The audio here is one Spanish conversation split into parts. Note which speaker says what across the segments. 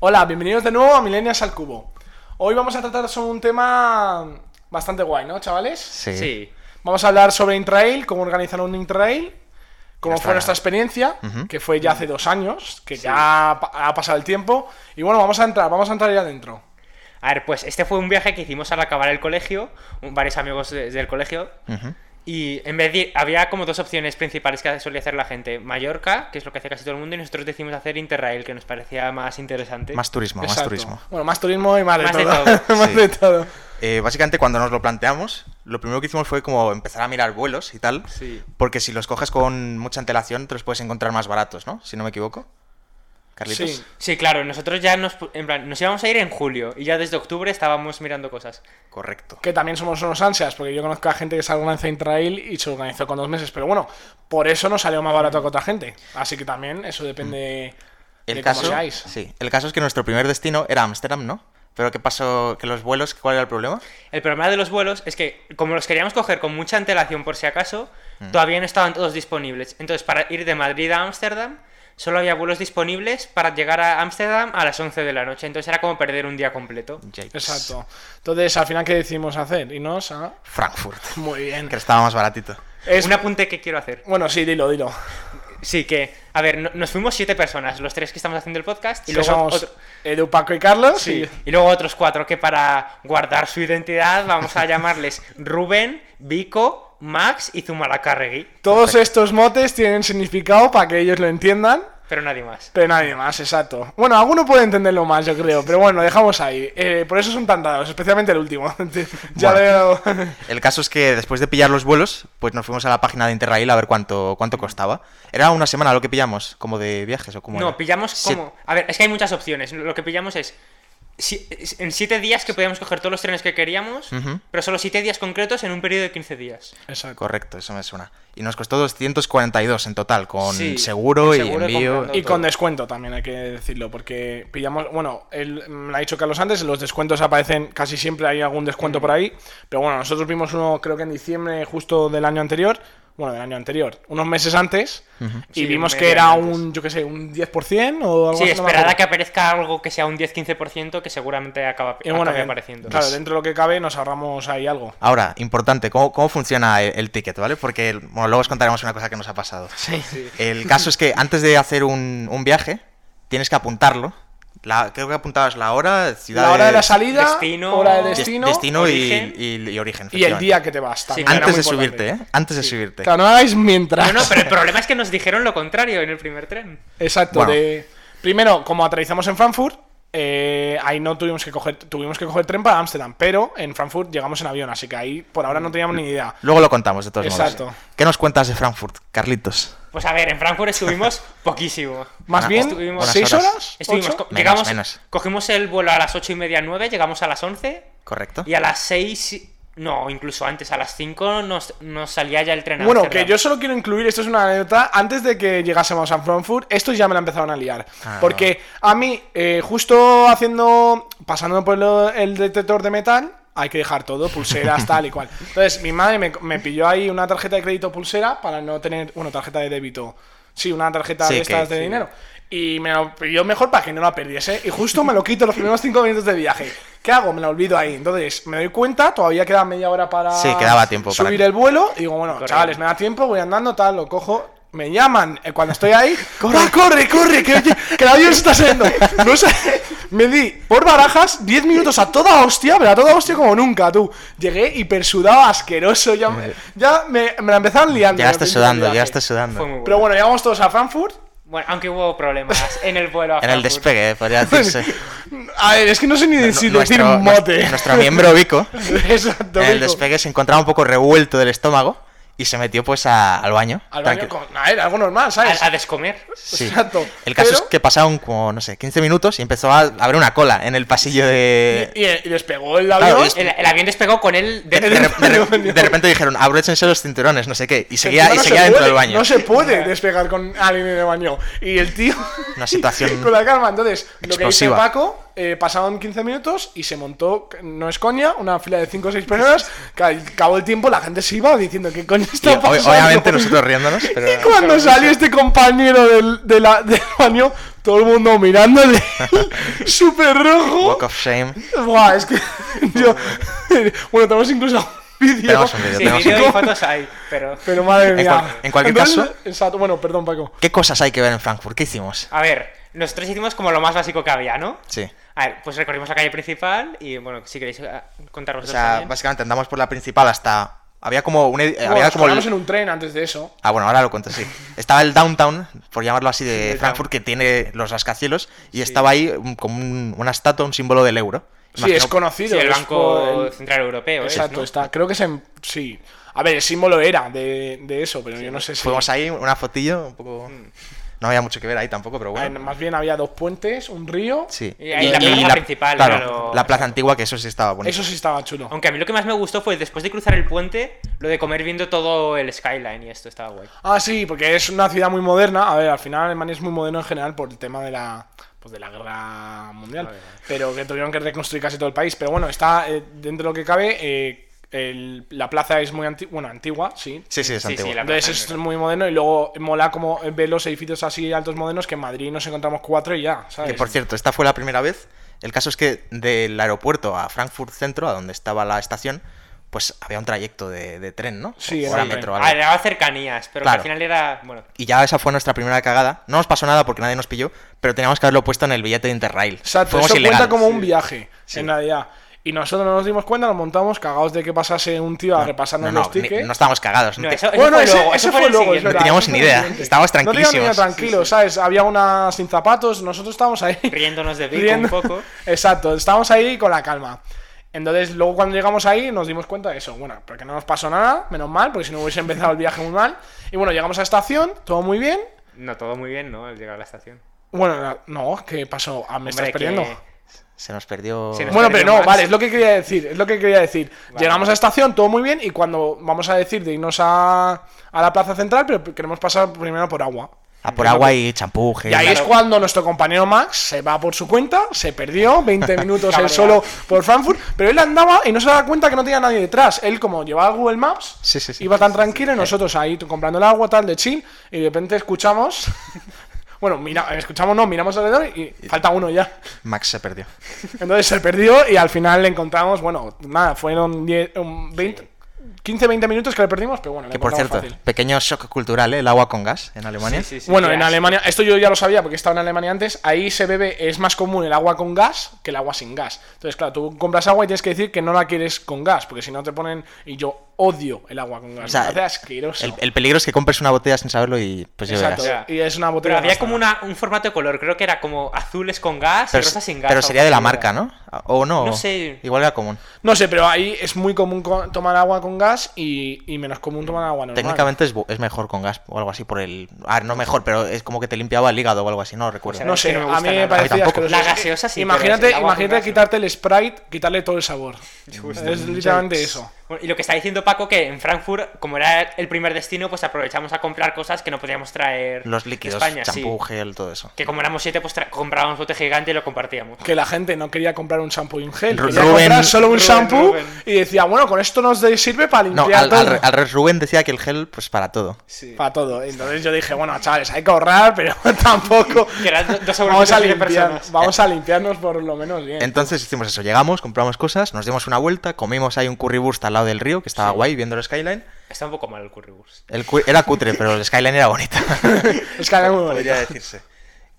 Speaker 1: Hola, bienvenidos de nuevo a Milenias al Cubo. Hoy vamos a tratar sobre un tema bastante guay, ¿no, chavales?
Speaker 2: Sí.
Speaker 3: Sí.
Speaker 1: Vamos a hablar sobre Intrail, cómo organizar un Intrail, cómo
Speaker 2: Ya está.
Speaker 1: fue nuestra experiencia,
Speaker 2: Ujú.
Speaker 1: que fue ya hace dos años, que ya pa- ha pasado el tiempo. Y bueno, vamos a entrar, vamos a entrar ya adentro.
Speaker 3: A ver, pues este fue un viaje que hicimos al acabar el colegio, un- varios amigos de- del colegio.
Speaker 2: Ujú.
Speaker 3: Y en vez de ir- había como dos opciones principales que solía hacer la gente: Mallorca, que es lo que hace casi todo el mundo, y nosotros decimos hacer Interrail, que nos parecía más interesante.
Speaker 2: Más turismo,
Speaker 1: Exacto.
Speaker 2: más turismo.
Speaker 1: Bueno, más turismo y más,
Speaker 3: Más
Speaker 1: de
Speaker 3: de
Speaker 1: todo.
Speaker 3: todo.
Speaker 1: más
Speaker 2: Sí.
Speaker 1: de todo.
Speaker 2: Eh, básicamente cuando nos lo planteamos, lo primero que hicimos fue como empezar a mirar vuelos y tal.
Speaker 3: Sí.
Speaker 2: Porque si los coges con mucha antelación, te los puedes encontrar más baratos, ¿no? Si no me equivoco. Carlitos.
Speaker 1: Sí.
Speaker 3: Sí, claro, nosotros ya nos, pu- en plan, nos íbamos a ir en julio y ya desde octubre estábamos mirando cosas.
Speaker 2: Correcto.
Speaker 1: que también somos unos ansias, porque yo conozco a gente que se organiza Intrail y se organizó con dos meses, pero bueno, por eso nos salió más barato que otra gente. Así que también eso depende
Speaker 2: Mm. El
Speaker 1: de
Speaker 2: caso,
Speaker 1: cómo seáis.
Speaker 2: sí, el caso es que nuestro primer destino era Ámsterdam, ¿no? Pero ¿qué pasó? ¿Que los vuelos? ¿Cuál era el problema?
Speaker 3: El problema de los vuelos es que, como los queríamos coger con mucha antelación por si acaso, todavía no estaban todos disponibles. Entonces, para ir de Madrid a Ámsterdam, solo había vuelos disponibles para llegar a Ámsterdam a las 11 de la noche. Entonces era como perder un día completo.
Speaker 2: Yikes.
Speaker 1: Exacto. Entonces, al final, ¿qué decidimos hacer? Irnos a...
Speaker 2: Frankfurt.
Speaker 1: Muy bien.
Speaker 2: Que estaba más baratito.
Speaker 1: Es...
Speaker 3: Un apunte que quiero hacer.
Speaker 1: Bueno, sí, dilo, dilo.
Speaker 3: Sí, que, a ver, no- nos fuimos siete personas, los tres que estamos haciendo el podcast, y,
Speaker 1: Que
Speaker 3: luego,
Speaker 1: somos
Speaker 3: otro-
Speaker 1: Edu, Paco y Carlos.
Speaker 3: sí,
Speaker 1: y-
Speaker 3: y luego otros cuatro que para guardar su identidad vamos a llamarles Rubén, Vico, Max y Zumalacárregui,
Speaker 1: Todos estos motes tienen significado para que ellos lo entiendan.
Speaker 3: pero nadie más.
Speaker 1: Pero nadie más, exacto. Bueno, alguno puede entenderlo más, yo creo. Pero bueno, dejamos ahí. Eh, por eso son tan raros, especialmente el último. ya veo.
Speaker 2: El caso es que después de pillar los vuelos, pues nos fuimos a la página de Interrail a ver cuánto,
Speaker 1: Mm.
Speaker 2: cuánto costaba. Era una semana lo que pillamos, como de viajes o como...
Speaker 3: No, pillamos como. A ver, es que hay muchas opciones. Lo que pillamos es. si- En siete días que podíamos coger todos los trenes que queríamos,
Speaker 2: Ujú.
Speaker 3: pero solo siete días concretos en un periodo de 15 días.
Speaker 1: Exacto.
Speaker 2: Correcto, eso me suena. Y nos costó 242 en total, con
Speaker 3: Sí,
Speaker 2: seguro,
Speaker 3: con
Speaker 2: y
Speaker 3: seguro y
Speaker 2: envío.
Speaker 3: comprando.
Speaker 1: Y
Speaker 3: todo.
Speaker 1: con descuento también hay que decirlo, porque pillamos, bueno, él me lo ha dicho Carlos antes, los descuentos aparecen casi siempre, hay algún
Speaker 3: Mm.
Speaker 1: descuento por ahí, pero bueno, nosotros vimos uno creo que en diciembre justo del año anterior, bueno, del año anterior, unos meses antes,
Speaker 2: Mm.
Speaker 1: y
Speaker 3: Sí,
Speaker 1: vimos
Speaker 3: un
Speaker 1: que
Speaker 3: medio
Speaker 1: era
Speaker 3: año antes.
Speaker 1: un, yo qué sé, un 10% o algo
Speaker 3: Sí,
Speaker 1: así. no me
Speaker 3: esperada
Speaker 1: acuerdo.
Speaker 3: que aparezca algo que sea un 10-15% que seguramente acaba,
Speaker 1: Y bueno,
Speaker 3: acabe
Speaker 1: bien,
Speaker 3: apareciendo.
Speaker 1: Claro, dentro de lo que cabe nos ahorramos ahí algo.
Speaker 2: Ahora, importante, ¿cómo, cómo funciona el, el ticket, ¿vale? Porque bueno, luego os contaremos una cosa que nos ha pasado. El caso es que antes de hacer un, un viaje, tienes que apuntarlo. La- creo que apuntabas la hora, ciudad
Speaker 1: La hora de la salida,
Speaker 3: destino,
Speaker 1: hora de
Speaker 3: des-
Speaker 2: des-
Speaker 1: destino,
Speaker 2: destino y-
Speaker 3: origen.
Speaker 2: y, y origen.
Speaker 1: y el
Speaker 2: efectivamente.
Speaker 1: día que te vas. también,
Speaker 3: claro.
Speaker 1: era
Speaker 2: Antes
Speaker 1: muy
Speaker 2: de
Speaker 1: importante.
Speaker 2: subirte, ¿eh? Antes de subirte.
Speaker 1: Claro, no hagáis mientras.
Speaker 3: No, no, pero el problema es que nos dijeron lo contrario en el primer tren.
Speaker 1: Exacto,
Speaker 2: Bueno.
Speaker 1: de- primero, como aterrizamos en Frankfurt, eh, ahí no tuvimos que coger, tuvimos que coger tren para Ámsterdam, pero en Frankfurt llegamos en avión, así que ahí por ahora no teníamos ni idea.
Speaker 2: Luego lo contamos, de todos
Speaker 1: Exacto.
Speaker 2: modos. ¿Qué nos cuentas de Frankfurt, Carlitos?
Speaker 3: Pues a ver, en Frankfurt estuvimos poquísimo.
Speaker 1: Más
Speaker 2: Ah,
Speaker 1: bien,
Speaker 3: estuvimos-
Speaker 1: ¿seis
Speaker 2: buenas
Speaker 1: horas?
Speaker 3: Estuvimos,
Speaker 1: ¿Ocho?
Speaker 3: co-
Speaker 2: Menos,
Speaker 3: llegamos,
Speaker 2: menos.
Speaker 3: cogimos el vuelo a las 8 y media, 9, llegamos a las 11
Speaker 2: ¿Correcto?
Speaker 3: Y a las 6, no, incluso antes, a las 5 nos, nos salía ya el tren. a
Speaker 1: Bueno,
Speaker 3: Ámsterdam.
Speaker 1: que yo solo quiero incluir, esto es una anécdota, antes de que llegásemos a Frankfurt, esto ya me la empezaron a liar.
Speaker 2: Ah,
Speaker 1: porque a mí, eh, justo haciendo, pasando por lo- el detector de metal, hay que dejar todo, pulseras, tal y cual. Entonces, mi madre me, me pilló ahí una tarjeta de crédito pulsera para no tener, bueno, tarjeta de débito. Sí, una tarjeta
Speaker 2: Sí,
Speaker 1: de
Speaker 2: que-
Speaker 1: estas de
Speaker 2: sí.
Speaker 1: dinero. Y me lo pilló mejor para que no la perdiese. Y justo me lo quito los primeros cinco minutos de viaje. ¿Qué hago? Me la olvido ahí. Entonces, me doy cuenta, todavía queda media hora para
Speaker 2: Sí, quedaba tiempo para
Speaker 1: subir
Speaker 2: que-
Speaker 1: el vuelo. Y digo, bueno,
Speaker 3: Correcto.
Speaker 1: chavales, me da tiempo, voy andando, tal, lo cojo. Me llaman eh, cuando estoy ahí. ¡Corre, corre, corre! Que, que el avión se está saliendo. No sé. Me di por barajas 10 minutos a toda hostia, pero a toda hostia como nunca, tú. Llegué hipersudado, asqueroso. Ya,
Speaker 3: Eh.
Speaker 1: me- ya me, me la empezaron liando.
Speaker 2: Ya estás
Speaker 1: al principio
Speaker 2: sudando,
Speaker 1: del
Speaker 2: ya
Speaker 1: viaje.
Speaker 2: estás sudando.
Speaker 3: Fue muy bueno.
Speaker 1: Pero bueno, llegamos todos a Frankfurt.
Speaker 3: Bueno, aunque hubo problemas en el vuelo. a
Speaker 2: En el
Speaker 3: Frankfurt.
Speaker 2: despegue, eh, podría decirse.
Speaker 1: A ver, es que no sé ni si decir mote.
Speaker 2: nuestro- nuestro miembro Vico.
Speaker 1: Exacto,
Speaker 2: En el
Speaker 1: Vico.
Speaker 2: despegue se encontraba un poco revuelto del estómago y se metió pues a- al baño.
Speaker 1: Al baño
Speaker 2: Tranqui-
Speaker 1: con- A ver, algo normal, ¿sabes?
Speaker 3: A, a descomer.
Speaker 2: Sí.
Speaker 1: Exacto.
Speaker 2: El caso
Speaker 1: Pero-
Speaker 2: es que pasaron como, no sé, 15 minutos y empezó a haber una cola en el pasillo de...
Speaker 1: Y, y despegó el
Speaker 2: Claro,
Speaker 1: avión.
Speaker 2: es-
Speaker 3: El, el avión despegó con él
Speaker 2: De,
Speaker 3: de-
Speaker 2: de- de-
Speaker 1: demonio.
Speaker 2: de repente dijeron, abróchense los cinturones, no sé qué, y seguía,
Speaker 1: Encima
Speaker 2: y
Speaker 1: no
Speaker 2: seguía
Speaker 1: se
Speaker 2: dentro
Speaker 1: puede,
Speaker 2: del baño.
Speaker 1: No se puede despegar con alguien en el baño. Y el tío.
Speaker 2: Una situación-
Speaker 1: con la calma. Entonces, lo que dice
Speaker 2: Explosiva.
Speaker 1: Paco eh, pasaron 15 minutos y se montó, no es coña, una fila de 5 o 6 personas. Que al cabo del tiempo la gente se iba diciendo que coño
Speaker 2: Y,
Speaker 1: está
Speaker 2: ob-
Speaker 1: pasando.
Speaker 2: obviamente nosotros riéndonos, pero...
Speaker 1: Y cuando salió este compañero del, de la- del baño, todo el mundo mirándole, súper rojo.
Speaker 2: Walk of shame.
Speaker 1: Buah, es que yo... bueno, tenemos incluso un vídeo.
Speaker 2: Tenemos un vídeo,
Speaker 3: Sí,
Speaker 2: tenemos un
Speaker 3: vídeo y
Speaker 2: vídeo.
Speaker 3: fotos hay, pero...
Speaker 1: Pero madre
Speaker 2: En
Speaker 1: mía.
Speaker 2: cual- en cualquier caso-
Speaker 1: Exacto, bueno, perdón, Paco.
Speaker 2: ¿Qué cosas hay que ver en Frankfurt? ¿Qué hicimos?
Speaker 3: A ver, nosotros hicimos como lo más básico que había, ¿no?
Speaker 2: Sí.
Speaker 3: A ver, pues recorrimos la calle principal y, bueno, si queréis eh, contar
Speaker 2: O
Speaker 3: vosotros
Speaker 2: sea,
Speaker 3: también.
Speaker 2: básicamente andamos por la principal hasta... Había como un... ed- eh,
Speaker 1: Bueno,
Speaker 2: había
Speaker 1: nos
Speaker 2: como el-
Speaker 1: colamos en un tren antes de eso.
Speaker 2: Ah, bueno, ahora lo cuento, sí. Estaba el downtown, por llamarlo así, de
Speaker 3: el
Speaker 2: Frankfurt, que tiene los rascacielos, y estaba ahí un- como un- una estatua, un símbolo del euro.
Speaker 1: Sí,
Speaker 2: Imagino-
Speaker 1: es conocido.
Speaker 3: Sí, el
Speaker 1: es
Speaker 3: Banco
Speaker 1: por el-
Speaker 3: Central Europeo, ¿eh?
Speaker 1: Exacto,
Speaker 3: ¿no?
Speaker 1: está. Creo que es en... Sí. A ver, el símbolo era de, de eso, pero yo no sé si...
Speaker 2: Fuimos ahí, una fotillo, un poco...
Speaker 3: Mm.
Speaker 2: No había mucho que ver ahí tampoco, pero
Speaker 1: Ah,
Speaker 2: bueno.
Speaker 1: Más bien había dos puentes, un río.
Speaker 2: Sí.
Speaker 3: Y ahí la plaza principal,
Speaker 2: claro,
Speaker 3: era lo-
Speaker 2: la plaza antigua, que eso sí estaba bonito.
Speaker 1: Eso sí estaba chulo.
Speaker 3: Aunque a mí lo que más me gustó fue después de cruzar el puente, lo de comer viendo todo el skyline y esto estaba guay.
Speaker 1: Ah, sí, porque es una ciudad muy moderna. A ver, al final Alemania es muy moderno en general por el tema de la, pues de la guerra mundial. Pero que tuvieron que reconstruir casi todo el país. Pero bueno, está eh, dentro de lo que cabe. eh, el- la plaza es muy antigua, bueno, antigua, sí.
Speaker 2: Sí, sí, es
Speaker 3: Sí, sí,
Speaker 2: antiguo.
Speaker 3: la-
Speaker 1: Entonces
Speaker 3: plaza
Speaker 1: es muy moderno y luego mola como ver los edificios así altos modernos que en Madrid nos encontramos cuatro y ya, ¿sabes?
Speaker 2: Que por cierto, esta fue la primera vez. El caso es que del aeropuerto a Frankfurt Centro, a donde estaba la estación, pues había un trayecto de, de tren, ¿no?
Speaker 1: Sí,
Speaker 2: O
Speaker 1: era
Speaker 2: era
Speaker 1: un tren.
Speaker 2: metro, algo.
Speaker 3: Ah, era cercanías, pero que
Speaker 2: Claro.
Speaker 3: al final era. Bueno,
Speaker 2: Y ya esa fue nuestra primera cagada. No nos pasó nada porque nadie nos pilló, pero teníamos que haberlo puesto en el billete de Interrail.
Speaker 1: Exacto,
Speaker 2: Fuimos
Speaker 1: eso
Speaker 2: ilegales.
Speaker 1: cuenta como un viaje,
Speaker 2: Sí.
Speaker 1: en realidad. Y nosotros no nos dimos cuenta, nos montamos cagados de que pasase un tío a repasarnos
Speaker 2: No, no,
Speaker 1: los
Speaker 2: ni-
Speaker 1: tickets.
Speaker 2: no estábamos cagados.
Speaker 3: no,
Speaker 2: te-
Speaker 3: eso, eso
Speaker 1: Bueno,
Speaker 3: fue
Speaker 1: ese,
Speaker 3: luego.
Speaker 1: ese
Speaker 3: eso
Speaker 1: fue
Speaker 3: el
Speaker 1: luego, es
Speaker 3: siguiente.
Speaker 1: verdad,
Speaker 2: teníamos
Speaker 1: ese
Speaker 2: ni
Speaker 1: fue el
Speaker 2: idea,
Speaker 1: siguiente.
Speaker 2: estábamos
Speaker 1: No teníamos
Speaker 2: tranquilísimos.
Speaker 1: ni idea, tranquilos, ¿sabes? Había una sin zapatos, nosotros estábamos ahí.
Speaker 3: Riéndonos de Vico
Speaker 1: riendo.
Speaker 3: un poco.
Speaker 1: Exacto, estábamos ahí con la calma. Entonces, luego cuando llegamos ahí, nos dimos cuenta de eso. Bueno, porque no nos pasó nada, menos mal, porque si no hubiese empezado el viaje muy mal. Y bueno, llegamos a la estación, todo muy bien.
Speaker 3: No, todo muy bien, ¿no? Al llegar a la estación.
Speaker 1: Bueno, no, ¿qué pasó? Ah, me estás
Speaker 3: Hombre, que-
Speaker 1: perdiendo.
Speaker 2: Se nos perdió.
Speaker 3: Se nos-
Speaker 1: Bueno, pero no,
Speaker 3: Max.
Speaker 1: vale, es lo que quería decir, es lo que quería decir. Llegamos a la estación, todo muy bien, y cuando vamos a decir de irnos a, a la plaza central, pero queremos pasar primero por agua.
Speaker 2: A por agua y champú, gel.
Speaker 1: Y ahí es
Speaker 3: Claro.
Speaker 1: cuando nuestro compañero Max se va por su cuenta, se perdió 20 minutos él
Speaker 3: Cabreado.
Speaker 1: solo por Frankfurt, pero él andaba y no se daba cuenta que no tenía nadie detrás. Él, como llevaba Google Maps,
Speaker 2: Sí, sí, sí.
Speaker 1: iba tan tranquilo y nosotros ahí tú, comprando el agua, tal, de chill, y de repente escuchamos. bueno, mira, escuchamos, no, miramos alrededor y falta uno ya.
Speaker 2: Max se perdió.
Speaker 1: Entonces se perdió y al final le encontramos, bueno, nada, fueron um, 10, un 20, 15, 20 minutos que le perdimos, pero bueno, le
Speaker 2: Que por
Speaker 1: encontramos
Speaker 2: cierto,
Speaker 1: fácil.
Speaker 2: pequeño shock cultural, ¿eh? el agua con gas en Alemania.
Speaker 3: Sí, sí,
Speaker 1: Bueno,
Speaker 3: qué
Speaker 1: en
Speaker 3: asco.
Speaker 1: Alemania, esto yo ya lo sabía porque estaba en Alemania antes, ahí se bebe, es más común el agua con gas que el agua sin gas. Entonces, claro, tú compras agua y tienes que decir que no la quieres con gas, porque si no te ponen... Y yo odio el agua con gas,
Speaker 2: O sea,
Speaker 1: me parece asqueroso.
Speaker 2: El, el peligro es que compres una botella sin saberlo y pues ya
Speaker 1: Exacto,
Speaker 2: verás.
Speaker 3: verás.
Speaker 1: y es una botella...
Speaker 3: Pero había
Speaker 1: gastada.
Speaker 3: como una- un formato de color, creo que era como azules con gas
Speaker 2: Pero,
Speaker 3: y rosas sin gas.
Speaker 2: pero
Speaker 3: algo
Speaker 2: sería de la
Speaker 3: así,
Speaker 2: marca,
Speaker 3: ¿verdad?
Speaker 2: ¿no? O no.
Speaker 3: No
Speaker 2: o-
Speaker 3: sé.
Speaker 2: Igual era común.
Speaker 1: No sé, pero ahí es muy común co- tomar agua con gas y, y menos común tomar agua normal.
Speaker 2: Técnicamente es, bu- es mejor con gas o algo así por el... Ah, no mejor, pero es como que te limpiaba el hígado o algo así, no recuerdo.
Speaker 3: Pues
Speaker 1: No
Speaker 3: Es que
Speaker 1: sé,
Speaker 3: no me
Speaker 1: a
Speaker 3: gusta
Speaker 1: mí me
Speaker 3: nada.
Speaker 1: parecía
Speaker 2: A mí tampoco.
Speaker 1: asqueroso.
Speaker 3: La gaseosa sí, pero
Speaker 1: Imagínate,
Speaker 3: es el agua
Speaker 1: imagínate
Speaker 3: con gas,
Speaker 1: quitarte el Sprite, quitarle todo el sabor. Es literalmente eso.
Speaker 3: Bueno, y lo que está diciendo Paco, que en Frankfurt, como era el primer destino, pues aprovechamos a comprar cosas que no podíamos traer
Speaker 2: Los
Speaker 3: de
Speaker 2: líquidos,
Speaker 3: España, sí.
Speaker 2: champú, gel, todo eso.
Speaker 3: Que como éramos siete, pues tra- comprábamos bote gigante y lo compartíamos.
Speaker 1: Que la gente no quería comprar un shampoo y un gel,
Speaker 2: Ru-
Speaker 1: quería
Speaker 2: Rubén-
Speaker 1: comprar solo un
Speaker 3: Rubén,
Speaker 1: shampoo
Speaker 3: Rubén.
Speaker 1: y decía, bueno, con esto nos de- sirve para
Speaker 2: No,
Speaker 1: limpiar
Speaker 2: al,
Speaker 1: todo.
Speaker 2: al re- al revés, Rubén decía que el gel, pues para todo.
Speaker 1: Para todo. Entonces yo dije, bueno, chavales, hay que ahorrar, pero tampoco.
Speaker 3: Que eran do- dos
Speaker 1: Vamos a,
Speaker 3: euros de
Speaker 1: limpiar,
Speaker 3: personas.
Speaker 1: vamos a limpiarnos por lo menos bien.
Speaker 2: Entonces hicimos eso, llegamos, compramos cosas, nos dimos una vuelta, comimos ahí un currywurst al lado del río, que estaba guay, viendo el skyline.
Speaker 3: Está un poco mal el currywurst.
Speaker 2: El cu- era cutre, pero el skyline era bonita.
Speaker 1: es que era muy bonito.
Speaker 2: podría decirse.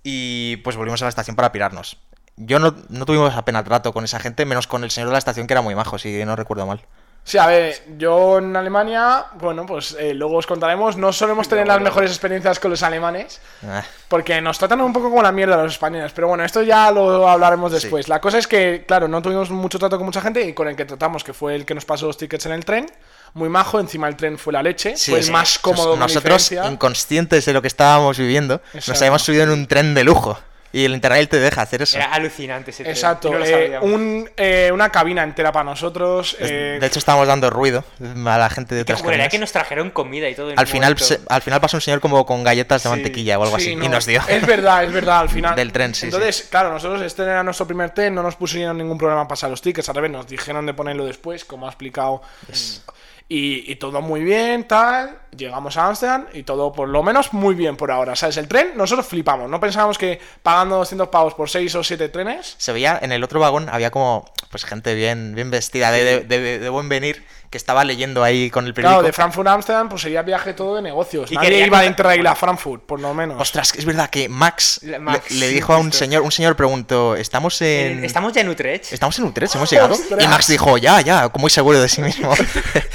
Speaker 2: Y pues volvimos a la estación para pirarnos. Yo no, no tuvimos apenas trato con esa gente, menos con el señor de la estación que era muy majo, si no recuerdo mal.
Speaker 1: Sí, a ver, yo en Alemania, bueno, pues eh, luego os contaremos, no solemos tener las mejores experiencias con los alemanes.
Speaker 2: Ah,
Speaker 1: Porque nos tratan un poco como la mierda los españoles. Pero bueno, esto ya lo hablaremos después. La cosa es que, claro, no tuvimos mucho trato con mucha gente y con el que tratamos, que fue el que nos pasó los tickets en el tren. Muy majo, encima el tren fue la leche.
Speaker 2: sí,
Speaker 1: fue el Pues
Speaker 2: sí.
Speaker 1: más cómodo. con
Speaker 2: Nosotros,
Speaker 1: diferencia.
Speaker 2: inconscientes de lo que estábamos viviendo, nos
Speaker 1: Exacto.
Speaker 2: habíamos subido en un tren de lujo. Y el Interrail te deja hacer eso.
Speaker 3: Era alucinante ese tren,
Speaker 1: Exacto,
Speaker 3: y no lo
Speaker 1: eh,
Speaker 3: sabíamos.
Speaker 1: un, eh, una cabina entera para nosotros.
Speaker 2: Es-
Speaker 1: eh,
Speaker 2: de hecho, estábamos dando ruido a la gente de
Speaker 3: Que
Speaker 2: otras
Speaker 3: juraría
Speaker 2: cabinas.
Speaker 3: que nos trajeron comida y todo. en
Speaker 2: Al
Speaker 3: un
Speaker 2: final,
Speaker 3: momento.
Speaker 2: se- al final pasó un señor como con galletas de
Speaker 1: sí,
Speaker 2: mantequilla o algo
Speaker 1: sí,
Speaker 2: así
Speaker 1: no,
Speaker 2: y nos dio.
Speaker 1: Es verdad, es verdad, al final.
Speaker 2: Del tren, sí, sí.
Speaker 1: Entonces, claro, nosotros este era nuestro primer tren, no nos pusieron ningún problema en pasar los tickets, al revés, nos dijeron de ponerlo después, como ha explicado.
Speaker 2: Pues
Speaker 1: Y, y todo muy bien, tal. Llegamos a Ámsterdam y todo por lo menos muy bien por ahora. ¿Sabes? El tren, nosotros flipamos. No pensábamos que pagando 200 pavos por 6 o 7 trenes.
Speaker 2: Se veía en el otro vagón, había como pues gente bien, bien vestida, de, de- de- de buen venir, que estaba leyendo ahí con el periódico.
Speaker 1: Claro, de Frankfurt a Ámsterdam, pues sería viaje todo de negocios.
Speaker 3: Y
Speaker 1: Nadie
Speaker 3: quería
Speaker 1: iba de
Speaker 3: contar-
Speaker 1: Interrail a Frankfurt, por lo menos.
Speaker 2: Ostras, que es verdad que Max,
Speaker 3: Le-
Speaker 2: le-
Speaker 3: Max,
Speaker 2: le,
Speaker 3: sí,
Speaker 2: dijo a un
Speaker 3: justo.
Speaker 2: señor, un señor preguntó, ¿estamos en...?
Speaker 3: Eh, Estamos ya en Utrecht.
Speaker 2: Estamos en Utrecht, hemos llegado.
Speaker 1: ¡Ostras!
Speaker 2: Y Max dijo, ya, ya, muy seguro de sí mismo.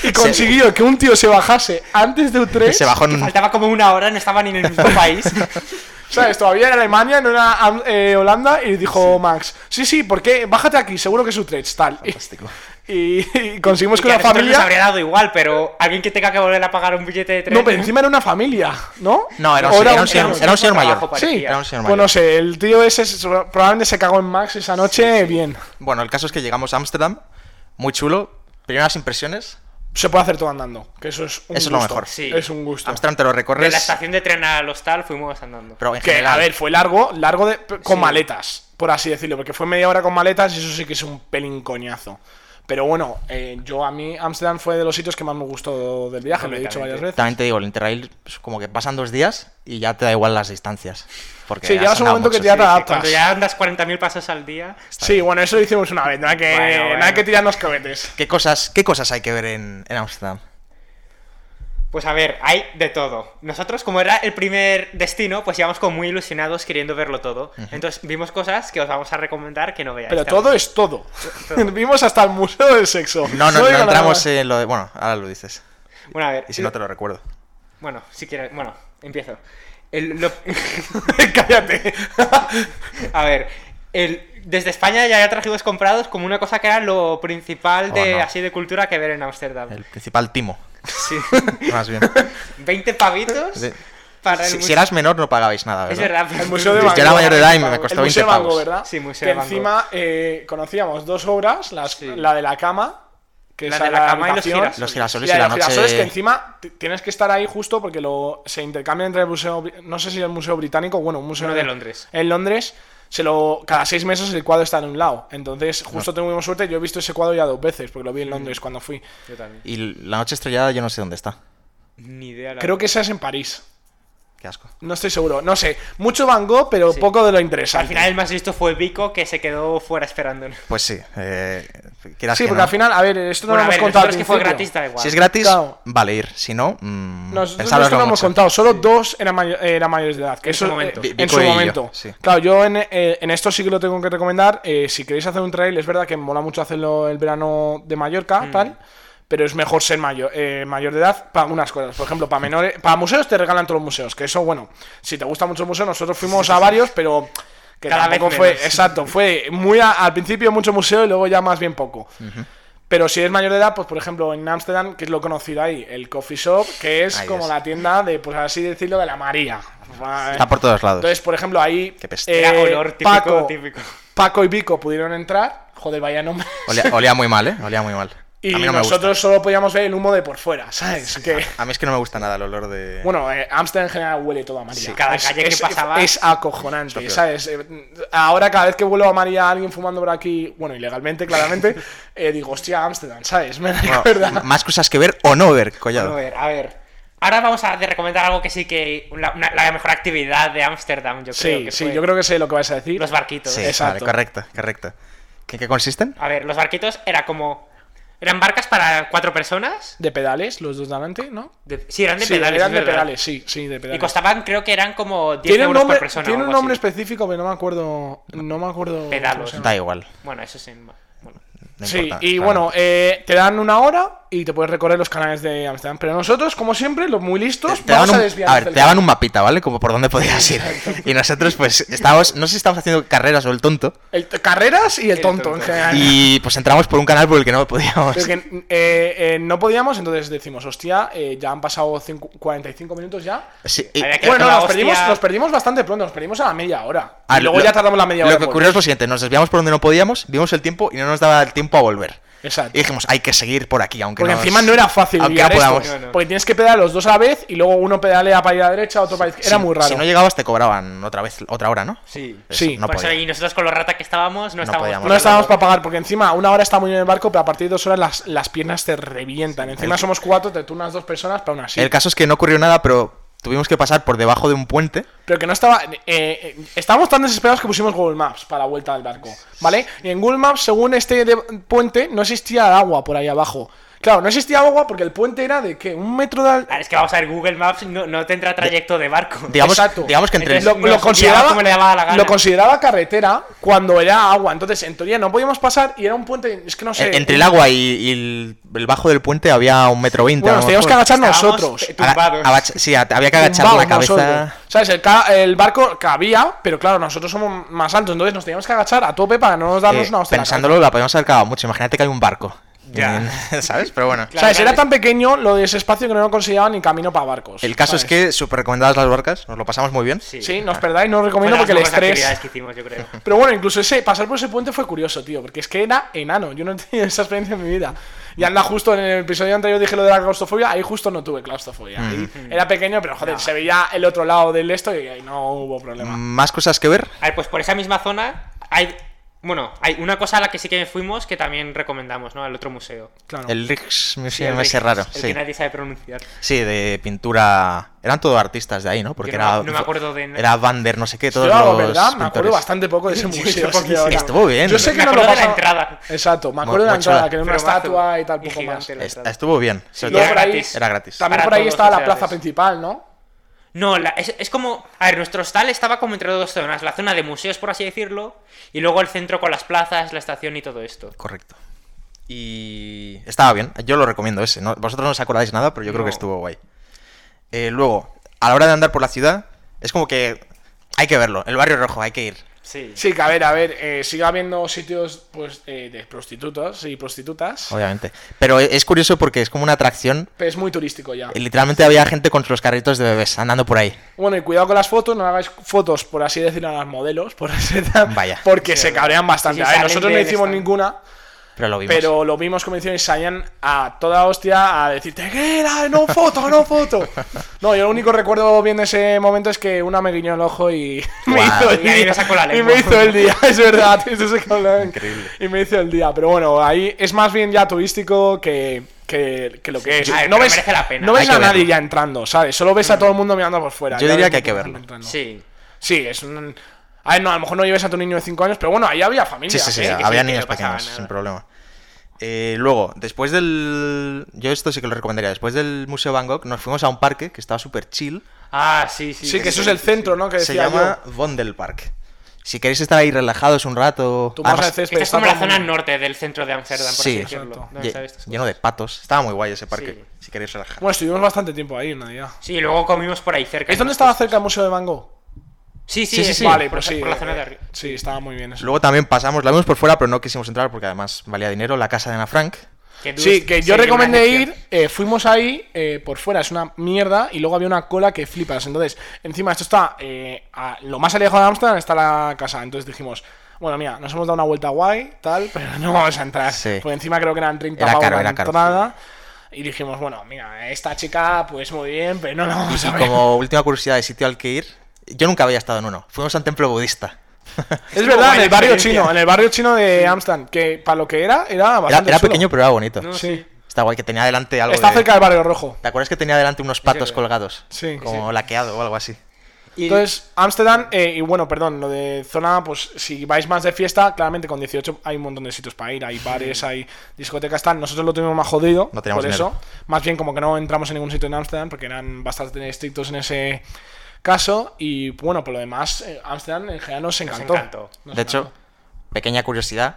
Speaker 1: Y
Speaker 2: Se-
Speaker 1: consiguió que un tío se bajase antes de
Speaker 2: Se,
Speaker 1: Utrecht.
Speaker 2: bajó en...
Speaker 3: Faltaba como una hora, no estaba ni en el mismo país.
Speaker 1: Pues ¿Sabes? Todavía en Alemania, no era am- eh, Holanda. Y dijo Max: Sí, sí, ¿por qué? Bájate aquí, seguro que es Utrecht, tal. Y,
Speaker 2: Fantástico.
Speaker 1: y- y conseguimos
Speaker 3: que
Speaker 1: que
Speaker 3: a
Speaker 1: una
Speaker 3: nosotros nos
Speaker 1: familia.
Speaker 3: habría dado igual, pero alguien que tenga que volver a pagar un billete de tren.
Speaker 1: No, pero encima era una familia, ¿no?
Speaker 2: ¿eh? No, era un,
Speaker 1: O
Speaker 2: señor- era un
Speaker 3: era
Speaker 2: señor,
Speaker 3: un
Speaker 2: era un señor
Speaker 3: trabajo
Speaker 2: mayor.
Speaker 3: para-
Speaker 1: Sí,
Speaker 2: Era un señor mayor.
Speaker 1: Bueno, no sé, el tío ese se- probablemente se cagó en Max esa noche bien.
Speaker 2: Bueno, el caso es que llegamos a Ámsterdam, muy chulo. Primeras impresiones,
Speaker 1: Se puede hacer todo andando, que eso es un
Speaker 2: Eso es
Speaker 1: gusto.
Speaker 2: lo mejor.
Speaker 3: Sí.
Speaker 1: Es un gusto.
Speaker 2: Ámsterdam te lo
Speaker 3: De la
Speaker 2: recorres,
Speaker 3: estación de tren al hostal fuimos andando.
Speaker 2: pero en
Speaker 1: Que, a
Speaker 2: general,
Speaker 1: ver, fue largo, largo de- p- con
Speaker 3: Sí.
Speaker 1: maletas, por así decirlo, porque fue media hora con maletas y eso sí que es un pelín coñazo. Pero bueno, eh, yo a mí Amsterdam fue de los sitios que más me gustó del viaje, lo he dicho varias
Speaker 3: Completamente.
Speaker 1: veces.
Speaker 2: también te digo, el Interrail pues, como que pasan dos días y ya te da igual las distancias. Porque
Speaker 1: Sí,
Speaker 2: has
Speaker 1: llegas a un
Speaker 2: andado
Speaker 1: momento que
Speaker 2: mucho.
Speaker 1: te ya
Speaker 3: Sí,
Speaker 1: te
Speaker 3: que
Speaker 1: adaptas.
Speaker 3: Cuando ya andas 40.000 pasos al día.
Speaker 1: Sí, bueno, eso lo hicimos una vez, no hay que,
Speaker 3: Bueno,
Speaker 1: No hay
Speaker 3: bueno.
Speaker 1: que tirarnos cohetes.
Speaker 2: ¿Qué cosas, ¿Qué cosas hay que ver en en Ámsterdam?
Speaker 3: Pues a ver, hay de todo. Nosotros, como era el primer destino, pues íbamos como muy ilusionados queriendo verlo todo. Entonces vimos cosas que os vamos a recomendar que no veáis.
Speaker 1: Pero
Speaker 3: también.
Speaker 1: todo es todo. Vimos hasta el Museo del Sexo.
Speaker 2: No, no, no,
Speaker 1: digo nada
Speaker 2: entramos
Speaker 1: más.
Speaker 2: en lo de... Bueno, ahora lo dices.
Speaker 3: Bueno, a ver.
Speaker 2: Y si no te lo recuerdo.
Speaker 3: Bueno, si quieres. Bueno, empiezo. El- lo-
Speaker 1: Cállate.
Speaker 3: a ver. el- Desde España ya había trajidos comprados como una cosa que era lo principal de
Speaker 2: Oh, no.
Speaker 3: así de cultura que ver en Ámsterdam.
Speaker 2: El principal timo,
Speaker 3: Sí.
Speaker 2: más bien.
Speaker 3: 20 pavitos
Speaker 2: Sí.
Speaker 3: para el
Speaker 2: Si, si
Speaker 3: museo.
Speaker 2: eras menor no pagabais nada,
Speaker 3: Es
Speaker 2: ¿verdad?
Speaker 3: verdad.
Speaker 1: El Museo de
Speaker 2: Yo
Speaker 1: Van
Speaker 2: era
Speaker 1: Gogh.
Speaker 2: mayor de edad y me costó
Speaker 1: el Museo
Speaker 2: 20
Speaker 1: Van Gogh,
Speaker 2: pavos.
Speaker 1: ¿verdad?
Speaker 3: Sí, Museo
Speaker 1: que
Speaker 3: de Van Gogh.
Speaker 1: encima eh, conocíamos dos obras, las-
Speaker 3: Sí.
Speaker 1: la de la cama, que
Speaker 3: La
Speaker 1: es
Speaker 3: de la cama y los
Speaker 1: habitación,
Speaker 3: girasoles.
Speaker 2: Los girasoles
Speaker 1: y la de
Speaker 2: y la
Speaker 1: los girasoles, que
Speaker 2: noche...
Speaker 1: encima t- tienes que estar ahí justo porque lo se intercambia entre el museo, bri- no sé si el museo británico, bueno, un museo
Speaker 3: Uno de Londres.
Speaker 1: En Londres se lo cada seis meses el cuadro está en un lado. Entonces
Speaker 3: Ah.
Speaker 1: justo tuvimos suerte. Yo he visto ese cuadro ya dos veces porque lo
Speaker 3: Mm.
Speaker 1: vi en Londres cuando fui.
Speaker 3: Yo también.
Speaker 2: Y la noche estrellada yo no sé dónde está.
Speaker 3: Ni idea. la
Speaker 1: Creo
Speaker 3: verdad.
Speaker 1: que esa es en París.
Speaker 2: Qué asco.
Speaker 1: No estoy seguro. No sé. Mucho Van Gogh, pero
Speaker 3: Sí.
Speaker 1: poco de lo
Speaker 3: Al
Speaker 1: interesante.
Speaker 3: final el más listo fue Vico, que se quedó fuera esperándonos.
Speaker 2: Pues sí. Eh, quieras
Speaker 1: Sí,
Speaker 2: que
Speaker 1: porque
Speaker 2: no.
Speaker 1: al final, a ver, esto no lo
Speaker 3: Bueno, a
Speaker 1: hemos
Speaker 3: ver,
Speaker 1: contado.
Speaker 3: nosotros
Speaker 1: al
Speaker 3: que fue
Speaker 1: principio.
Speaker 3: gratis, da igual.
Speaker 2: Si es gratis,
Speaker 1: Claro.
Speaker 2: vale ir. Si no, mmm,
Speaker 1: Nosotros esto
Speaker 2: pensároslo
Speaker 1: no hemos
Speaker 2: mucho.
Speaker 1: contado, solo dos eran, may- eran mayores de edad. Que
Speaker 3: En
Speaker 1: eso,
Speaker 3: su momento.
Speaker 1: eh,
Speaker 2: Vi-
Speaker 1: en
Speaker 2: Vico
Speaker 1: su
Speaker 2: y yo,
Speaker 1: momento.
Speaker 2: sí.
Speaker 1: Claro, yo en, eh, en esto sí que lo tengo que recomendar. eh, si queréis hacer un trail, es verdad que mola mucho hacerlo el verano de Mallorca,
Speaker 3: Mm.
Speaker 1: tal. Pero es mejor ser mayor, eh, mayor de edad para algunas cosas. Por ejemplo, para menores, para museos te regalan todos los museos. Que eso, bueno, si te gusta mucho el museo, nosotros fuimos a varios, pero que
Speaker 3: Cada vez
Speaker 1: tampoco fue.
Speaker 3: menos.
Speaker 1: Exacto, fue muy a- al principio mucho museo y luego ya más bien poco.
Speaker 3: Mm.
Speaker 1: Pero si eres mayor de edad, pues por ejemplo en Ámsterdam, que es lo conocido ahí, el coffee shop, que es
Speaker 2: Ahí
Speaker 1: como
Speaker 2: es.
Speaker 1: la tienda de, pues así decirlo, de la María.
Speaker 2: Está por todos lados.
Speaker 1: Entonces, por ejemplo, ahí
Speaker 2: Qué peste.
Speaker 1: eh,
Speaker 3: Era olor típico,
Speaker 1: Paco,
Speaker 3: típico.
Speaker 1: Paco y Vico pudieron entrar. Joder, vaya nombre.
Speaker 2: Olía, olía muy mal, ¿eh? Olía muy mal.
Speaker 1: Y
Speaker 2: a mí no
Speaker 1: nosotros solo podíamos ver el humo de por fuera, ¿sabes? Que,
Speaker 2: me gusta. A mí es que no me gusta nada el olor de...
Speaker 1: bueno, eh, Ámsterdam en general huele todo a María.
Speaker 3: Sí, cada calle que
Speaker 1: es,
Speaker 3: pasaba-
Speaker 1: Es acojonante,
Speaker 2: peor.
Speaker 1: ¿sabes? Eh, Ahora, cada vez que vuelo a María alguien fumando por aquí, bueno, ilegalmente, claramente, eh, digo, hostia, Ámsterdam, ¿sabes? Me
Speaker 2: Bueno,
Speaker 1: recuerda.
Speaker 2: más cosas que ver o no ver,
Speaker 3: Bueno,
Speaker 2: collado.
Speaker 3: a ver, a ver. Ahora vamos a de- recomendar algo que sí que. La, una- la mejor actividad de Ámsterdam, yo creo.
Speaker 1: Sí,
Speaker 3: que
Speaker 1: sí,
Speaker 3: fue.
Speaker 1: yo creo que sé lo que vais a decir.
Speaker 3: Los barquitos.
Speaker 2: sí,
Speaker 1: exacto.
Speaker 2: vale, correcto, correcto. ¿Qué, qué consisten?
Speaker 3: A ver, los barquitos era como. Eran barcas para cuatro personas.
Speaker 1: De pedales, los dos de adelante, ¿no?
Speaker 3: De- sí, eran de
Speaker 1: sí,
Speaker 3: pedales.
Speaker 1: eran
Speaker 3: es
Speaker 1: de
Speaker 3: verdad.
Speaker 1: pedales, sí, sí, de
Speaker 3: Y
Speaker 1: pedales.
Speaker 3: costaban, creo que eran como 10
Speaker 1: tiene un
Speaker 3: euros
Speaker 1: nombre,
Speaker 3: por persona.
Speaker 1: tiene
Speaker 3: o
Speaker 1: un
Speaker 3: algo
Speaker 1: nombre
Speaker 3: así.
Speaker 1: específico, pero no me acuerdo. No me acuerdo.
Speaker 3: Pedalos.
Speaker 1: cómo se llama.
Speaker 2: Da igual.
Speaker 3: Bueno, eso sí. Bueno.
Speaker 2: no
Speaker 1: Sí,
Speaker 2: importa,
Speaker 1: y
Speaker 2: claro.
Speaker 1: bueno, eh, te dan una hora y te puedes recorrer los canales de Amsterdam. Pero nosotros, como siempre, los muy listos,
Speaker 2: Te
Speaker 1: vamos
Speaker 2: daban
Speaker 1: a
Speaker 2: un,
Speaker 1: desviar.
Speaker 2: a ver, te daban un mapita, ¿vale? Como por dónde podías ir. Y nosotros, pues, estábamos, no sé si estábamos haciendo carreras o el tonto.
Speaker 1: carreras y el
Speaker 3: El
Speaker 1: tonto,
Speaker 3: tonto.
Speaker 1: en general.
Speaker 2: Y pues entramos por un canal por el que no podíamos.
Speaker 1: Pero que, eh, eh, no podíamos, entonces decimos, hostia, eh, ya han pasado cincu- 45 minutos ya.
Speaker 2: Sí, y- eh,
Speaker 3: Había que-
Speaker 1: Bueno,
Speaker 3: la
Speaker 1: nos
Speaker 3: hostia.
Speaker 1: perdimos, nos perdimos bastante pronto, nos perdimos a la media hora.
Speaker 2: Ah,
Speaker 1: y luego
Speaker 2: lo-
Speaker 1: ya tardamos la media hora.
Speaker 2: Lo que
Speaker 1: en
Speaker 2: ocurrió es
Speaker 1: volver.
Speaker 2: lo siguiente, nos desviamos por donde no podíamos, vimos el tiempo y no nos daba el tiempo a volver.
Speaker 1: Exacto.
Speaker 2: Y dijimos, hay que seguir por aquí, aunque
Speaker 1: Porque
Speaker 2: nos-
Speaker 1: encima no era fácil
Speaker 2: aunque
Speaker 1: guiar
Speaker 2: no
Speaker 1: esto,
Speaker 2: podamos.
Speaker 3: No, no.
Speaker 1: Porque tienes que pedalear los dos a la vez y luego uno pedalea para ir a la derecha, otro para la izquierda. Era
Speaker 2: Si-
Speaker 1: muy raro.
Speaker 2: Si no llegabas te cobraban otra vez, otra hora, ¿no?
Speaker 3: Sí.
Speaker 2: Pues
Speaker 1: Sí.
Speaker 2: no
Speaker 3: Por eso,
Speaker 2: podía.
Speaker 3: y nosotros con lo rata que estábamos, no,
Speaker 2: No
Speaker 3: estábamos.
Speaker 2: podíamos.
Speaker 1: No estábamos para pagar, porque encima una hora está muy bien el barco, pero a partir de dos horas las, las piernas te revientan. Encima
Speaker 2: El-
Speaker 1: somos cuatro, te turnas dos personas, pero aún así.
Speaker 2: El caso es que no ocurrió nada, pero tuvimos que pasar por debajo de un puente.
Speaker 1: Pero que no estaba. eh, eh, estábamos tan desesperados que pusimos Google Maps para la vuelta del barco, ¿vale? Y en Google Maps, según este de- puente, no existía agua por ahí abajo. Claro, no existía agua porque el puente era de que un metro de. al-
Speaker 3: Ah, es que vamos a ver, Google Maps no, no tendrá trayecto de barco.
Speaker 2: Digamos,
Speaker 1: Exacto.
Speaker 2: digamos que entre eh,
Speaker 1: Lo,
Speaker 3: Entonces,
Speaker 1: lo
Speaker 3: nos
Speaker 1: consideraba,
Speaker 3: guiaba como le daba la gana.
Speaker 1: lo consideraba carretera cuando era agua. Entonces, en teoría no podíamos pasar y era un puente. Es que
Speaker 3: E-
Speaker 1: no sé.
Speaker 2: en- entre el agua y, y el, el bajo del puente había un metro veinte.
Speaker 1: Bueno, nos teníamos que agachar
Speaker 3: Estábamos
Speaker 1: nosotros.
Speaker 3: pe- tumbados.
Speaker 2: agach- sí, a- había que agachar
Speaker 1: Tumbados
Speaker 2: la cabeza.
Speaker 1: nosotros. ¿Sabes? El, ca- el barco cabía, pero claro, nosotros somos más altos. Entonces nos teníamos que agachar a tope para no nos darnos
Speaker 2: Eh,
Speaker 1: una hostia. en la cabeza.
Speaker 2: pensándolo, la podíamos haber cagado mucho. Imagínate que hay un barco.
Speaker 3: Ya.
Speaker 2: Mm, ¿Sabes? Pero bueno.
Speaker 3: Claro,
Speaker 1: ¿Sabes?
Speaker 3: claro.
Speaker 1: Era tan pequeño lo de ese espacio que no lo consideraba ni camino para barcos.
Speaker 2: El caso es
Speaker 1: ¿sabes?
Speaker 2: que súper recomendadas las barcas, nos lo pasamos muy bien.
Speaker 3: Sí.
Speaker 1: Sí, no os perdáis, no os
Speaker 3: Fue
Speaker 1: recomiendo
Speaker 3: de las
Speaker 1: porque el
Speaker 3: mejores
Speaker 1: estrés.
Speaker 3: actividades que hicimos, yo creo.
Speaker 1: Pero bueno, incluso ese pasar por ese puente fue curioso, tío, porque es que era enano. Yo no he tenido esa experiencia en mi vida. Y anda justo en el episodio anterior dije lo de la claustrofobia, ahí justo no tuve
Speaker 2: Mm.
Speaker 1: claustrofobia. Ahí Era pequeño, pero joder, se veía el otro lado del esto y ahí no hubo problema.
Speaker 2: Más cosas que ver.
Speaker 3: A ver, pues por esa misma zona hay. Bueno, hay una cosa a la que sí que fuimos que también recomendamos, ¿no? Al otro museo.
Speaker 1: Claro.
Speaker 2: El Riks
Speaker 3: Sí,
Speaker 2: Museum
Speaker 3: el
Speaker 2: ese raro.
Speaker 3: El
Speaker 2: Sí.
Speaker 3: que nadie sabe pronunciar.
Speaker 2: sí, de pintura. Eran todos artistas de ahí, ¿no? Porque
Speaker 3: Yo no-
Speaker 2: era.
Speaker 3: no me acuerdo de-
Speaker 2: Era Vander, no sé qué, todos
Speaker 1: Yo, la
Speaker 2: los
Speaker 1: verdad, me acuerdo
Speaker 2: pintores.
Speaker 1: bastante poco de ese
Speaker 3: Sí,
Speaker 1: museo.
Speaker 3: sí,
Speaker 1: tío,
Speaker 3: sí.
Speaker 1: ¿no?
Speaker 2: Estuvo bien.
Speaker 1: Yo sé
Speaker 3: Me
Speaker 1: que no lo
Speaker 3: acuerdo de la
Speaker 1: pasaba-
Speaker 3: entrada.
Speaker 1: Exacto, me
Speaker 2: Mo-
Speaker 1: acuerdo de la
Speaker 2: mochila.
Speaker 1: entrada, que era una
Speaker 3: Pero mazo
Speaker 1: estatua y tal,
Speaker 3: y
Speaker 1: poco más.
Speaker 3: gigante la
Speaker 2: Es-
Speaker 3: entrada.
Speaker 2: estuvo bien.
Speaker 3: Sí,
Speaker 2: Sobre
Speaker 1: Luego
Speaker 2: todo-
Speaker 1: por
Speaker 3: era
Speaker 1: ahí-
Speaker 3: gratis.
Speaker 2: Era gratis.
Speaker 1: También
Speaker 3: Para
Speaker 1: por ahí
Speaker 3: todos
Speaker 1: estaba
Speaker 3: los
Speaker 1: la plaza
Speaker 3: sociales.
Speaker 1: principal, ¿no?
Speaker 3: No, la- es, es como. A ver, nuestro hostal estaba como entre dos zonas. La zona de museos, por así decirlo, y luego el centro con las plazas, la estación y todo esto.
Speaker 2: Correcto. Y estaba bien, yo lo recomiendo ese. ¿no? Vosotros no os acordáis nada, pero yo creo que
Speaker 3: No.
Speaker 2: estuvo guay. Eh, luego, a la hora de andar por la ciudad, es como que hay que verlo. El barrio rojo, hay que ir.
Speaker 3: Sí.
Speaker 1: Sí, que a ver, a ver, eh, sigue habiendo sitios pues eh, de prostitutas y prostitutas,
Speaker 2: Obviamente. Pero e- es curioso porque es como una atracción.
Speaker 1: pero es muy turístico ya.
Speaker 2: Eh, Literalmente había gente con los carritos de bebés andando por ahí.
Speaker 1: Bueno, y cuidado con las fotos, no hagáis fotos, por así decirlo, a las modelos, por así tal,
Speaker 2: Vaya.
Speaker 1: porque
Speaker 3: Sí,
Speaker 1: se
Speaker 3: verdad.
Speaker 1: cabrean bastante. A
Speaker 3: Sí, sí,
Speaker 1: ver,
Speaker 3: salen
Speaker 1: nosotros no
Speaker 3: del
Speaker 1: hicimos
Speaker 3: stand.
Speaker 1: ninguna,
Speaker 2: Pero lo vimos.
Speaker 1: pero lo vimos como hicieron y salían a toda hostia a decirte que era, no foto, no foto. No, yo lo único que recuerdo bien de ese momento es que una me guiñó el ojo y me
Speaker 2: Guau.
Speaker 1: hizo el
Speaker 3: Y ahí
Speaker 1: día.
Speaker 3: me sacó la
Speaker 1: y
Speaker 3: lengua.
Speaker 1: me hizo el día, es verdad. eso se conoce.
Speaker 2: Increíble.
Speaker 1: Y me hizo el día. Pero bueno, ahí es más bien ya turístico que, que, que lo que es.
Speaker 3: A ver,
Speaker 1: no
Speaker 3: pero
Speaker 1: ves,
Speaker 3: merece la pena.
Speaker 1: No ves
Speaker 2: Hay que
Speaker 1: a nadie
Speaker 2: verlo. Mm.
Speaker 1: ya entrando, ¿sabes? Solo ves a todo el mundo mirando por fuera.
Speaker 2: Yo
Speaker 1: Ya
Speaker 2: diría
Speaker 1: ves
Speaker 2: que hay que
Speaker 1: todo el
Speaker 2: verlo.
Speaker 1: mundo entrando.
Speaker 3: Sí.
Speaker 1: Sí, es un. A ver, no, a lo mejor no lleves a tu niño de 5 años, pero bueno, ahí había familia.
Speaker 2: Sí, sí, sí,
Speaker 1: ¿eh?
Speaker 3: que
Speaker 2: había
Speaker 3: sí, que
Speaker 2: niños
Speaker 3: no pasaba
Speaker 2: pequeños,
Speaker 3: nada.
Speaker 2: sin problema. Eh, luego, después del. Yo esto sí que lo recomendaría. Después del Museo Bangkok, nos fuimos a un parque que estaba súper chill.
Speaker 3: Ah, sí, sí.
Speaker 1: Sí, que eso es el centro, ¿no? Que
Speaker 2: se
Speaker 1: decía yo.
Speaker 2: llama Vondel Park. Si queréis estar ahí relajados un rato.
Speaker 1: Tú vas
Speaker 2: además-
Speaker 1: al césped,
Speaker 3: Esta es
Speaker 1: está
Speaker 3: como la
Speaker 1: todo
Speaker 3: zona
Speaker 1: muy-
Speaker 3: norte del centro de Ámsterdam, por
Speaker 2: Sí.
Speaker 3: así decirlo.
Speaker 1: Exacto.
Speaker 3: ¿Dónde
Speaker 2: lle-
Speaker 3: estaba esto?
Speaker 2: lleno de patos. Estaba muy guay ese parque.
Speaker 3: Sí.
Speaker 2: Si queréis relajar.
Speaker 1: Bueno, estuvimos bastante tiempo ahí en Navidad.
Speaker 3: Sí, y luego comimos por ahí cerca.
Speaker 1: ¿Es donde
Speaker 3: ¿no?
Speaker 1: estaba cerca el Museo de Van Gogh?
Speaker 3: Sí, sí,
Speaker 2: Sí, sí,
Speaker 3: es
Speaker 2: sí.
Speaker 3: por-
Speaker 1: Vale,
Speaker 3: por,
Speaker 1: pues sí.
Speaker 3: por la zona de
Speaker 1: eh,
Speaker 3: arriba.
Speaker 1: Sí, estaba muy bien eso.
Speaker 2: Luego también pasamos, la vimos por fuera, pero no quisimos entrar porque además valía dinero la casa de Ana Frank.
Speaker 3: Que tú-
Speaker 1: Sí, que yo
Speaker 3: una
Speaker 1: recomendé
Speaker 3: lección.
Speaker 1: ir, eh, fuimos ahí, eh, por fuera es una mierda, y luego había una cola que flipas. Entonces, encima esto está, eh, a- lo más alejado de Amsterdam está la casa. Entonces dijimos, bueno, mira, nos hemos dado una vuelta guay, tal, pero no vamos a entrar.
Speaker 2: Sí.
Speaker 1: Por encima creo que eran 30
Speaker 2: Era
Speaker 1: pavos
Speaker 2: caro,
Speaker 1: la
Speaker 2: era caro.
Speaker 1: entrada. Y dijimos, bueno, mira, esta chica, pues muy bien, pero no la vamos a ver.
Speaker 2: Como última curiosidad de sitio al que ir, yo nunca había estado en uno. Fuimos a un templo budista.
Speaker 1: Es verdad, en
Speaker 3: buena
Speaker 1: el barrio
Speaker 3: experiencia.
Speaker 1: chino, en el barrio chino de Amsterdam, que para lo que era, era
Speaker 2: Era,
Speaker 1: bastante
Speaker 2: era
Speaker 1: chulo.
Speaker 2: pequeño, pero era bonito.
Speaker 3: No,
Speaker 1: Sí.
Speaker 2: Está guay que tenía adelante algo.
Speaker 1: Está
Speaker 2: de-
Speaker 1: cerca del barrio rojo.
Speaker 2: ¿Te acuerdas que tenía adelante unos patos
Speaker 3: verdad.
Speaker 2: colgados?
Speaker 1: Sí.
Speaker 2: Como laqueado o algo así.
Speaker 3: Y-
Speaker 1: Entonces, Ámsterdam, eh, y bueno, perdón, lo de zona, pues si vais más de fiesta, claramente con 18 hay un montón de sitios para ir, hay bares, hay discotecas, tal. Nosotros lo tuvimos más jodido,
Speaker 2: No
Speaker 1: por
Speaker 2: teníamos
Speaker 1: eso.
Speaker 2: dinero.
Speaker 1: Más bien como que no entramos en ningún sitio en Ámsterdam, porque eran bastante estrictos en ese caso. Y bueno, por lo demás, eh, Ámsterdam en general nos encantó.
Speaker 3: encantó.
Speaker 1: Nos
Speaker 2: de hecho,
Speaker 1: encantó.
Speaker 2: pequeña curiosidad,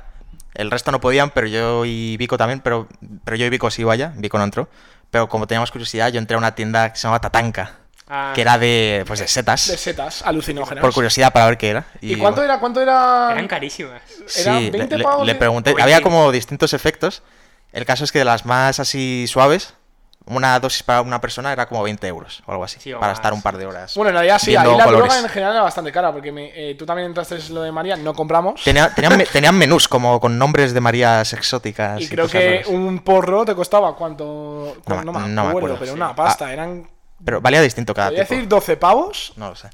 Speaker 2: El resto no podían, pero yo y Vico también, pero, pero yo y Vico sí iba ya, Vico no entró. Pero como teníamos curiosidad, yo entré a una tienda que se llamaba Tatanka,
Speaker 3: Ah.
Speaker 2: que era de, pues de setas,
Speaker 1: De setas alucinógenas.
Speaker 2: por curiosidad para ver qué era.
Speaker 1: ¿Y cuánto
Speaker 2: bueno,
Speaker 1: era? ¿Cuánto era?
Speaker 3: Eran carísimas.
Speaker 1: ¿Era
Speaker 2: sí, le-
Speaker 1: 20
Speaker 2: le,
Speaker 1: pavos
Speaker 2: le
Speaker 1: y-
Speaker 2: pregunté,
Speaker 3: Uy,
Speaker 2: había
Speaker 3: sí.
Speaker 2: como distintos efectos. El caso es que de las más así suaves, una dosis para una persona era como 20 euros o algo así,
Speaker 3: Sí, o
Speaker 2: para
Speaker 3: más.
Speaker 2: estar un par de horas.
Speaker 1: Bueno, en realidad sí,
Speaker 2: viendo
Speaker 1: ahí la
Speaker 2: colores.
Speaker 1: droga en general era bastante cara, porque me- eh, tú también entraste en lo de María, no compramos.
Speaker 2: Tenía- tenían, me- tenían menús como con nombres de Marías exóticas.
Speaker 1: y creo
Speaker 2: cosas
Speaker 1: que
Speaker 2: raras.
Speaker 1: un porro te costaba cuánto. cu-
Speaker 2: me-
Speaker 1: No,
Speaker 2: no
Speaker 1: me,
Speaker 2: me
Speaker 1: acuerdo,
Speaker 2: acuerdo,
Speaker 1: pero
Speaker 2: sí.
Speaker 1: una pasta. Eran.
Speaker 2: Pero valía distinto cada
Speaker 1: Voy a
Speaker 2: tipo.
Speaker 1: decir 12 pavos.
Speaker 2: No lo sé.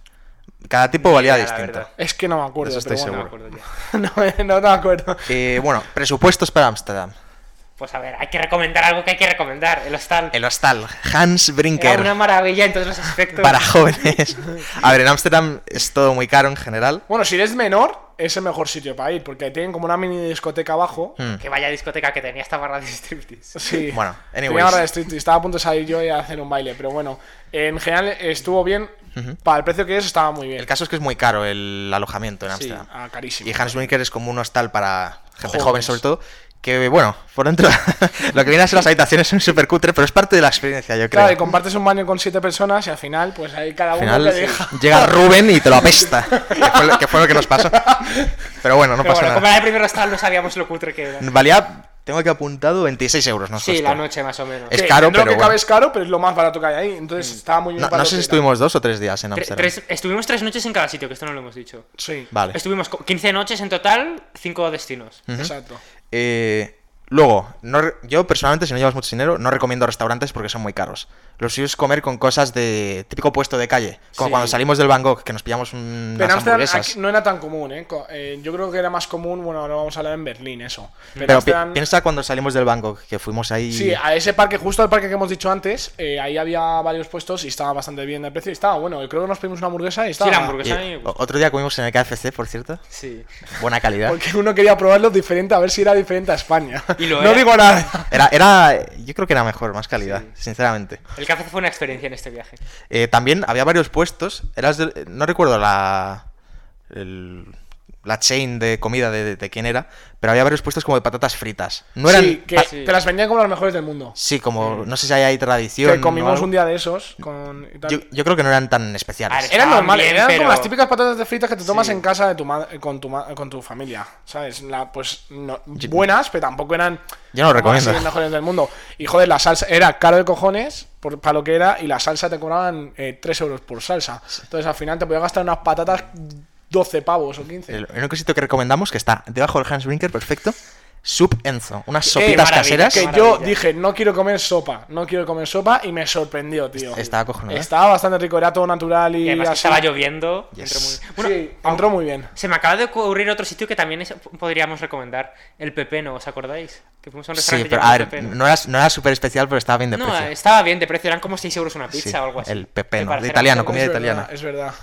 Speaker 2: Cada tipo valía
Speaker 3: idea, la
Speaker 2: distinto.
Speaker 3: verdad.
Speaker 1: Es que no me acuerdo.
Speaker 2: Eso estoy
Speaker 1: pero
Speaker 3: No me
Speaker 1: bueno.
Speaker 3: acuerdo ya.
Speaker 1: no, no me acuerdo.
Speaker 2: Eh, bueno, presupuestos para Ámsterdam.
Speaker 3: Pues a ver, hay que recomendar algo que hay que recomendar. El hostal.
Speaker 2: El hostal Hans
Speaker 3: Era
Speaker 2: Brinker
Speaker 3: una maravilla en todos los aspectos.
Speaker 2: para jóvenes. A ver, en Ámsterdam es todo muy caro en general.
Speaker 1: Bueno, si eres menor, es el mejor sitio para ir, porque tienen como una mini discoteca abajo.
Speaker 2: Hmm.
Speaker 3: Que vaya discoteca que tenía esta barra de striptease.
Speaker 1: Sí.
Speaker 2: Bueno,
Speaker 1: Tenía
Speaker 2: anyways.
Speaker 1: barra de striptease, estaba a punto de salir yo y a hacer un baile, pero bueno, en general estuvo bien. Para el precio que es, estaba muy bien.
Speaker 2: El caso es que es muy caro el alojamiento en
Speaker 1: sí,
Speaker 2: Ámsterdam.
Speaker 1: ah, carísimo.
Speaker 2: Y Hans Brinker es como un hostal para gente
Speaker 1: Jóvenes.
Speaker 2: joven sobre todo. Que bueno, por dentro lo que viene a ser las habitaciones son súper cutre, pero es parte de la experiencia, yo creo.
Speaker 1: Claro, y compartes un baño con siete personas y al final, pues ahí cada
Speaker 2: Al
Speaker 1: uno
Speaker 2: final
Speaker 1: te deja.
Speaker 2: llega Rubén y te lo apesta. que, fue lo, que fue lo que nos pasó. Pero bueno, no
Speaker 3: Pero
Speaker 2: pasa
Speaker 3: bueno, como
Speaker 2: nada.
Speaker 3: era el primer hostal, no sabíamos lo cutre que era.
Speaker 2: Valía, tengo que apuntado 26 euros, nos
Speaker 3: Sí,
Speaker 2: costó.
Speaker 3: la noche más o menos.
Speaker 2: Es
Speaker 1: Que
Speaker 2: caro,
Speaker 1: dentro
Speaker 2: pero
Speaker 1: que
Speaker 2: bueno. Mm.
Speaker 1: cabe es caro, pero es lo más barato que hay ahí. Entonces estaba muy bien.
Speaker 2: No,
Speaker 1: para
Speaker 2: no
Speaker 1: lo
Speaker 2: sé si
Speaker 1: que era.
Speaker 2: estuvimos dos o tres días en
Speaker 3: Tre-
Speaker 2: Amsterdam.
Speaker 3: tres- estuvimos tres noches en cada sitio, que esto no lo hemos dicho.
Speaker 1: Sí,
Speaker 2: Vale. Mm.
Speaker 3: Estuvimos co- 15 noches en total, 5 destinos.
Speaker 1: exacto.
Speaker 2: Eh, luego, no re- yo personalmente, si no llevas mucho dinero, no recomiendo restaurantes porque son muy caros. Lo suyo es comer con cosas de típico puesto de calle. Como
Speaker 3: Sí.
Speaker 2: cuando salimos del Bangkok, que nos pillamos un-
Speaker 1: Pero en
Speaker 2: unas
Speaker 1: Amsterdam
Speaker 2: hamburguesas.
Speaker 1: aquí no era tan común, ¿eh? Co- eh, Yo creo que era más común, bueno, ahora vamos a hablar en Berlín, eso. Pero,
Speaker 2: Mm. Pero pi-
Speaker 1: Amsterdam-
Speaker 2: piensa cuando salimos del Bangkok, que fuimos ahí...
Speaker 1: Sí, a ese parque, justo al parque que hemos dicho antes, eh, ahí había varios puestos y estaba bastante bien de precio. Y estaba bueno, yo creo que nos pedimos una hamburguesa y estaba.
Speaker 3: Sí, la hamburguesa.
Speaker 2: Y-
Speaker 3: a mí me gustó.
Speaker 2: otro día comimos en el KFC, por cierto.
Speaker 3: Sí.
Speaker 2: Buena calidad.
Speaker 1: Porque uno quería probarlo diferente, a ver si era diferente a España.
Speaker 3: Y lo
Speaker 1: no
Speaker 3: era.
Speaker 1: digo nada.
Speaker 2: Era, era, yo creo que era mejor, más calidad, sinceramente.
Speaker 3: El café fue una experiencia en este viaje.
Speaker 2: Eh, también había varios puestos. Eras de- eh, no recuerdo la, el- la chain de comida de, de- de quién era, pero había varios puestos como de patatas fritas. No eran.
Speaker 1: sí, que
Speaker 3: Ah,
Speaker 2: pa-
Speaker 1: te las vendían como las mejores del mundo.
Speaker 2: sí, como no sé si hay ahí tradición.
Speaker 1: Que
Speaker 2: o
Speaker 1: comimos
Speaker 2: algo.
Speaker 1: un día de esos con. y tal.
Speaker 2: Yo, yo creo que no eran tan especiales.
Speaker 3: Vale.
Speaker 1: Eran
Speaker 3: Estaban
Speaker 1: normales,
Speaker 3: bien,
Speaker 1: eran
Speaker 3: pero-
Speaker 1: como las típicas patatas de fritas que te tomas
Speaker 3: Sí.
Speaker 1: en casa de tu ma- con, tu ma- con tu familia, ¿sabes? La- pues no- buenas, pero tampoco eran
Speaker 2: Yo no lo
Speaker 1: como así
Speaker 2: recomiendo.
Speaker 1: las mejores del mundo. Y joder, la salsa era caro de cojones por, para lo que era y la salsa te cobraban eh, 3 euros por salsa. Entonces al final te podías gastar unas patatas 12 pavos o 15.
Speaker 2: El único sitio que recomendamos, que está debajo del Hans Brinker, perfecto. Sub Enzo, unas
Speaker 1: Eh,
Speaker 2: sopitas
Speaker 3: maravilla,
Speaker 2: caseras.
Speaker 1: Que yo
Speaker 3: Maravilla.
Speaker 1: dije, no quiero comer sopa, no quiero comer sopa y me sorprendió, tío.
Speaker 2: Estaba ¿eh? cojonado.
Speaker 1: Estaba bastante rico, era todo natural y,
Speaker 3: Y además que
Speaker 1: así.
Speaker 3: estaba lloviendo.
Speaker 2: Yes.
Speaker 3: entró muy- Bueno,
Speaker 1: Sí, entró muy bien.
Speaker 3: se me acaba de ocurrir otro sitio que también es- podríamos recomendar. El Pepeno, ¿os acordáis? Que fuimos a un
Speaker 2: Sí,
Speaker 3: restaurante
Speaker 2: pero a
Speaker 3: llamado
Speaker 2: ver,
Speaker 3: Pepeno.
Speaker 2: no era, no era súper especial, pero estaba bien de
Speaker 3: No,
Speaker 2: precio.
Speaker 3: estaba bien de precio, eran como 6 euros una pizza
Speaker 2: Sí,
Speaker 3: o algo así.
Speaker 2: el Pepeno,
Speaker 3: Que para
Speaker 2: de
Speaker 3: hacer
Speaker 2: italiano,
Speaker 3: algo-
Speaker 2: comida
Speaker 1: Es verdad,
Speaker 2: italiana.
Speaker 1: Es verdad.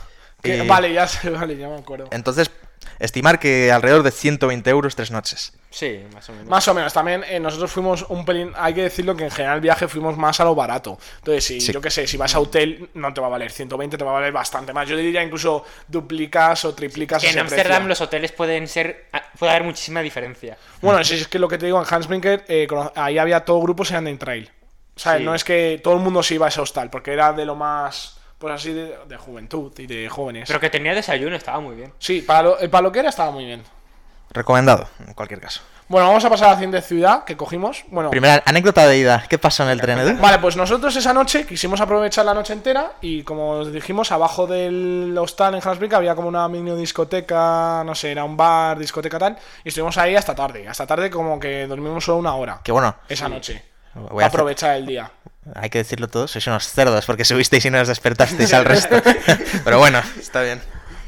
Speaker 1: Que-
Speaker 2: Eh,
Speaker 1: Vale, ya sé, vale, ya me acuerdo.
Speaker 2: Entonces, estimar que alrededor de 120 euros tres noches.
Speaker 3: Sí, más o menos.
Speaker 1: Más o menos, también eh, nosotros fuimos un pelín, hay que decirlo que en general el viaje fuimos más a lo barato. Entonces, si
Speaker 2: Sí.
Speaker 1: yo qué sé, si vas a hotel no te va a valer 120, te va a valer bastante más. Yo diría incluso duplicas o triplicas
Speaker 3: Que en
Speaker 1: ese
Speaker 3: Amsterdam
Speaker 1: precio.
Speaker 3: los hoteles pueden ser. ah, Puede haber muchísima diferencia.
Speaker 1: Bueno, si es que lo que te digo, en Hansbrinker, eh, cono- ahí había todo grupos eran en trail. O sea,
Speaker 3: Sí.
Speaker 1: no es que todo el mundo se iba a ese hostal, porque era de lo más, pues así, de, de juventud y de jóvenes.
Speaker 3: Pero que tenía desayuno, estaba muy bien.
Speaker 1: Sí, para lo, eh, para lo que era estaba muy bien.
Speaker 2: Recomendado, en cualquier caso.
Speaker 1: Bueno, vamos a pasar a la siguiente ciudad que cogimos. Bueno,
Speaker 2: Primera anécdota de ida. ¿Qué pasó en el tren, Edu?
Speaker 1: Vale, pues nosotros esa noche quisimos aprovechar la noche entera y como os dijimos, abajo del hostal en Hansbrink había como una mini discoteca, no sé, era un bar, discoteca tal, y estuvimos ahí hasta tarde, hasta tarde como que dormimos solo una hora
Speaker 2: Que bueno,
Speaker 1: esa noche.
Speaker 2: Voy a hacer-
Speaker 1: aprovechar el día.
Speaker 2: hay que decirlo todo, sois unos cerdos porque subisteis y no os despertasteis al resto. Pero bueno, está bien.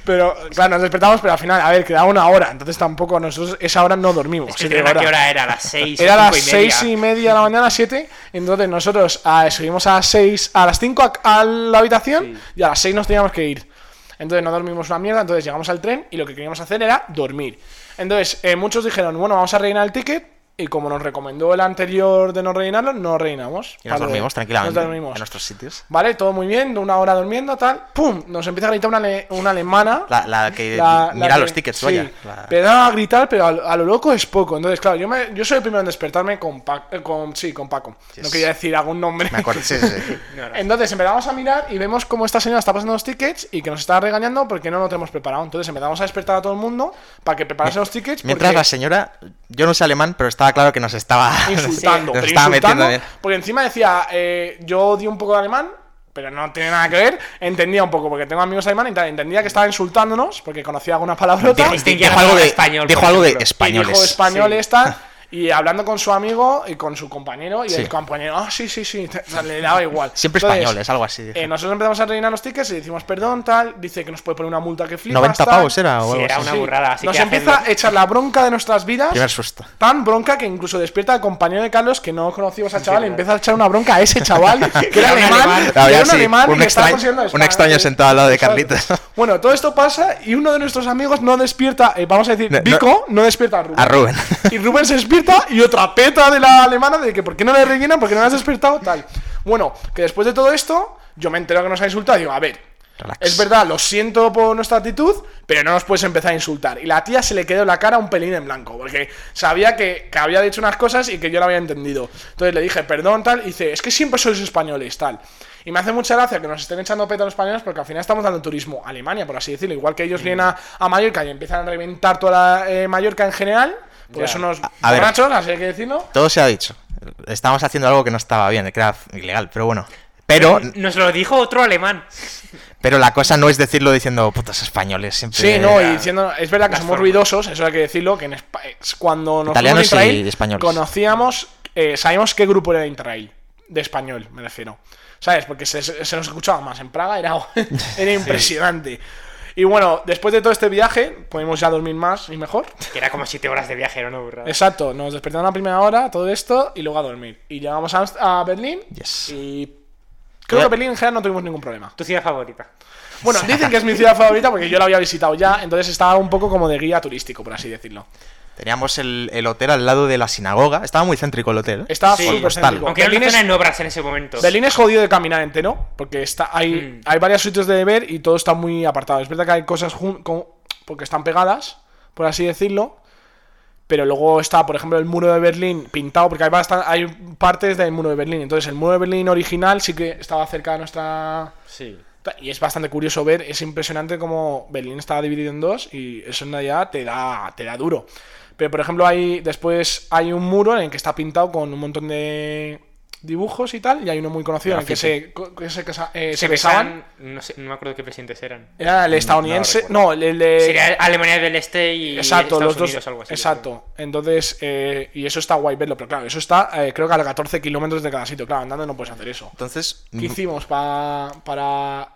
Speaker 1: Pero, claro, nos despertamos, pero al final, a ver, quedaba una hora, entonces tampoco nosotros esa hora no dormimos.
Speaker 3: Es que
Speaker 1: siete
Speaker 3: tren, ¿a qué
Speaker 1: horas.
Speaker 3: hora era? ¿A las 6?
Speaker 1: Era a las seis y media de la mañana, siete. Entonces nosotros ah, subimos a las seis, a las cinco a, a la habitación y a las seis nos teníamos que ir. Entonces no dormimos una mierda, entonces llegamos al tren y lo que queríamos hacer era dormir. Entonces eh, muchos dijeron, bueno, vamos a rellenar el ticket Y como nos recomendó el anterior de no rellenarlo, no rellenamos.
Speaker 2: Y nos
Speaker 1: Vale,
Speaker 2: dormimos tranquilamente
Speaker 1: Nos dormimos.
Speaker 2: en nuestros sitios.
Speaker 1: Vale, todo muy bien, una hora durmiendo, tal. ¡Pum! Nos empieza a gritar una, ale- una alemana.
Speaker 2: La, la que
Speaker 1: La-
Speaker 2: mira
Speaker 1: la que-
Speaker 2: eh, los tickets,
Speaker 1: sí,
Speaker 2: vaya. La-
Speaker 1: Empezaba a gritar, pero a, lo- a lo loco es poco. Entonces, claro, yo, me- yo soy el primero en despertarme con, Pa- eh, con sí, con Paco. No
Speaker 2: Yes.
Speaker 1: quería decir algún nombre.
Speaker 2: Me acuerdo, sí, sí, sí.
Speaker 3: No, no.
Speaker 1: Entonces empezamos a mirar y vemos cómo esta señora está pasando los tickets y que nos está regañando porque no lo tenemos preparado. Entonces empezamos a despertar a todo el mundo para que preparase los tickets.
Speaker 2: Mientras la
Speaker 1: porque
Speaker 2: señora, yo no sé alemán, pero estaba claro que nos estaba
Speaker 1: insultando.
Speaker 2: nos
Speaker 1: pero
Speaker 2: estaba
Speaker 1: insultando,
Speaker 2: metiendo en el-
Speaker 1: Porque encima decía, eh, yo odio un poco de alemán, pero no tiene nada que ver. Entendía un poco porque tengo amigos alemanes y tal. Entendía que estaba insultándonos porque conocía alguna palabrota.
Speaker 3: Dijiste
Speaker 2: Dijo
Speaker 3: que
Speaker 2: algo de,
Speaker 3: hablaba español,
Speaker 2: dijo
Speaker 3: por
Speaker 2: algo de
Speaker 3: ejemplo.
Speaker 1: Y dijo
Speaker 2: españoles.
Speaker 1: español
Speaker 3: Sí.
Speaker 1: esta. Y hablando con su amigo y con su compañero, y
Speaker 2: Sí.
Speaker 1: el compañero, ah, sí, sí, sí, le daba igual.
Speaker 2: Siempre
Speaker 1: Entonces,
Speaker 2: españoles, algo así. dijo.
Speaker 1: eh, nosotros empezamos a rellenar los tickets y decimos perdón, tal. Dice que nos puede poner una multa que flipas.
Speaker 2: 90
Speaker 1: tal.
Speaker 2: pavos era o
Speaker 3: Sí,
Speaker 2: algo
Speaker 3: era
Speaker 2: así.
Speaker 3: una burrada. Así
Speaker 1: Nos
Speaker 3: que
Speaker 1: empieza
Speaker 3: hacedlo.
Speaker 1: a echar la bronca de nuestras vidas.
Speaker 2: Primer susto.
Speaker 1: Tan bronca que incluso despierta al compañero de Carlos que no conocíamos al chaval y empieza a echar una bronca a ese chaval que era
Speaker 3: Era un alemán.
Speaker 1: alemán.
Speaker 2: La
Speaker 1: que
Speaker 2: verdad,
Speaker 1: era un
Speaker 2: sí,
Speaker 1: alemán
Speaker 2: un
Speaker 1: y que estaba
Speaker 2: extraño-
Speaker 1: consiguiendo
Speaker 2: un
Speaker 1: España.
Speaker 2: extraño sentado al lado de Carlitos.
Speaker 1: Bueno, todo esto pasa y uno de nuestros amigos no despierta, eh, vamos a decir,
Speaker 2: No, no.
Speaker 1: Vico no, despierta a Rubén.
Speaker 2: A Rubén.
Speaker 1: Y Rubén se despierta y otra peta de la alemana de que por qué no le rellenan, por qué no la has despertado, tal. Bueno, que después de todo esto, yo me entero que nos ha insultado y digo, a ver,
Speaker 2: Relax.
Speaker 1: es verdad, lo siento por nuestra actitud, pero no nos puedes empezar a insultar. Y la tía se le quedó la cara un pelín en blanco, porque sabía que, que había dicho unas cosas y que yo la había entendido. Entonces le dije, perdón, tal, y dice, es que siempre sois españoles, tal. Y me hace mucha gracia que nos estén echando peta a los españoles porque al final estamos dando turismo a Alemania, por así decirlo. Igual que ellos vienen a, a Mallorca y empiezan a reventar toda la, eh, Mallorca en general, porque
Speaker 3: Ya.
Speaker 1: son unos
Speaker 2: a ver.
Speaker 1: borrachos, así hay que decirlo.
Speaker 2: Todo se ha dicho. Estábamos haciendo algo que no estaba bien, que era ilegal, pero bueno. Pero,
Speaker 3: Nos lo dijo otro alemán.
Speaker 2: pero la cosa no es decirlo diciendo putos españoles. Siempre
Speaker 1: Sí, no, y diciendo, es verdad que
Speaker 3: las
Speaker 1: somos
Speaker 3: formas.
Speaker 1: ruidosos, eso hay que decirlo, que en Espa- es cuando nos
Speaker 2: Italianos
Speaker 1: fuimos a
Speaker 2: y
Speaker 1: Interrail,
Speaker 2: españoles.
Speaker 1: conocíamos, eh, sabíamos qué grupo era Interrail, de español, me refiero. ¿Sabes? Porque se, se nos escuchaba más en Praga, era, era impresionante. Y bueno, después de todo este viaje, pudimos ya dormir más y mejor.
Speaker 3: Que era como siete horas de viaje, era una burrada.
Speaker 1: Exacto, nos despertaron a primera hora, todo esto, y luego a dormir. Y llegamos a, Amst- a Berlín,
Speaker 2: Yes.
Speaker 1: y creo que
Speaker 2: Ya-
Speaker 1: en Berlín en general no tuvimos ningún problema.
Speaker 3: Tu ciudad favorita.
Speaker 1: Bueno, dicen que es mi ciudad favorita porque yo la había visitado ya, entonces estaba un poco como de guía turístico, por así decirlo.
Speaker 2: Teníamos el, el hotel al lado de la sinagoga. Estaba muy céntrico el hotel. ¿eh?
Speaker 1: Estaba
Speaker 3: Sí,
Speaker 1: súper
Speaker 2: hostal.
Speaker 1: céntrico.
Speaker 3: Aunque era
Speaker 1: Berlín
Speaker 3: una
Speaker 1: es-
Speaker 3: zona en obras en ese momento.
Speaker 1: Berlín es jodido de caminar entero, porque está, hay,
Speaker 3: Mm.
Speaker 1: hay varios sitios de ver y todo está muy apartado. Es verdad que hay cosas jun- como- porque están pegadas, por así decirlo. Pero luego está, por ejemplo, el muro de Berlín pintado, porque hay, bastan- hay partes del muro de Berlín. Entonces, el muro de Berlín original sí que estaba cerca de nuestra.
Speaker 3: Sí.
Speaker 1: Y es bastante curioso ver, es impresionante como Berlín estaba dividido en dos y eso en realidad te da, te da duro. Pero por ejemplo, hay, después hay un muro en el que está pintado con un montón de dibujos y tal, y hay uno muy conocido en el que se, co- que se, casa- eh, se
Speaker 3: Se
Speaker 1: besaban.
Speaker 3: besaban. No, sé, no me acuerdo qué presidentes eran.
Speaker 1: Era el estadounidense. No, el, el de.
Speaker 3: Sería Alemania del Este y
Speaker 1: Eh, Exacto,
Speaker 3: Estados
Speaker 1: los dos.
Speaker 3: Unidos, algo así.
Speaker 1: exacto. Entonces, eh, y eso está guay verlo, pero claro, eso está eh, creo que a 14 kilómetros de cada sitio. Claro, andando no puedes hacer eso.
Speaker 2: Entonces,
Speaker 1: ¿Qué hicimos pa- para.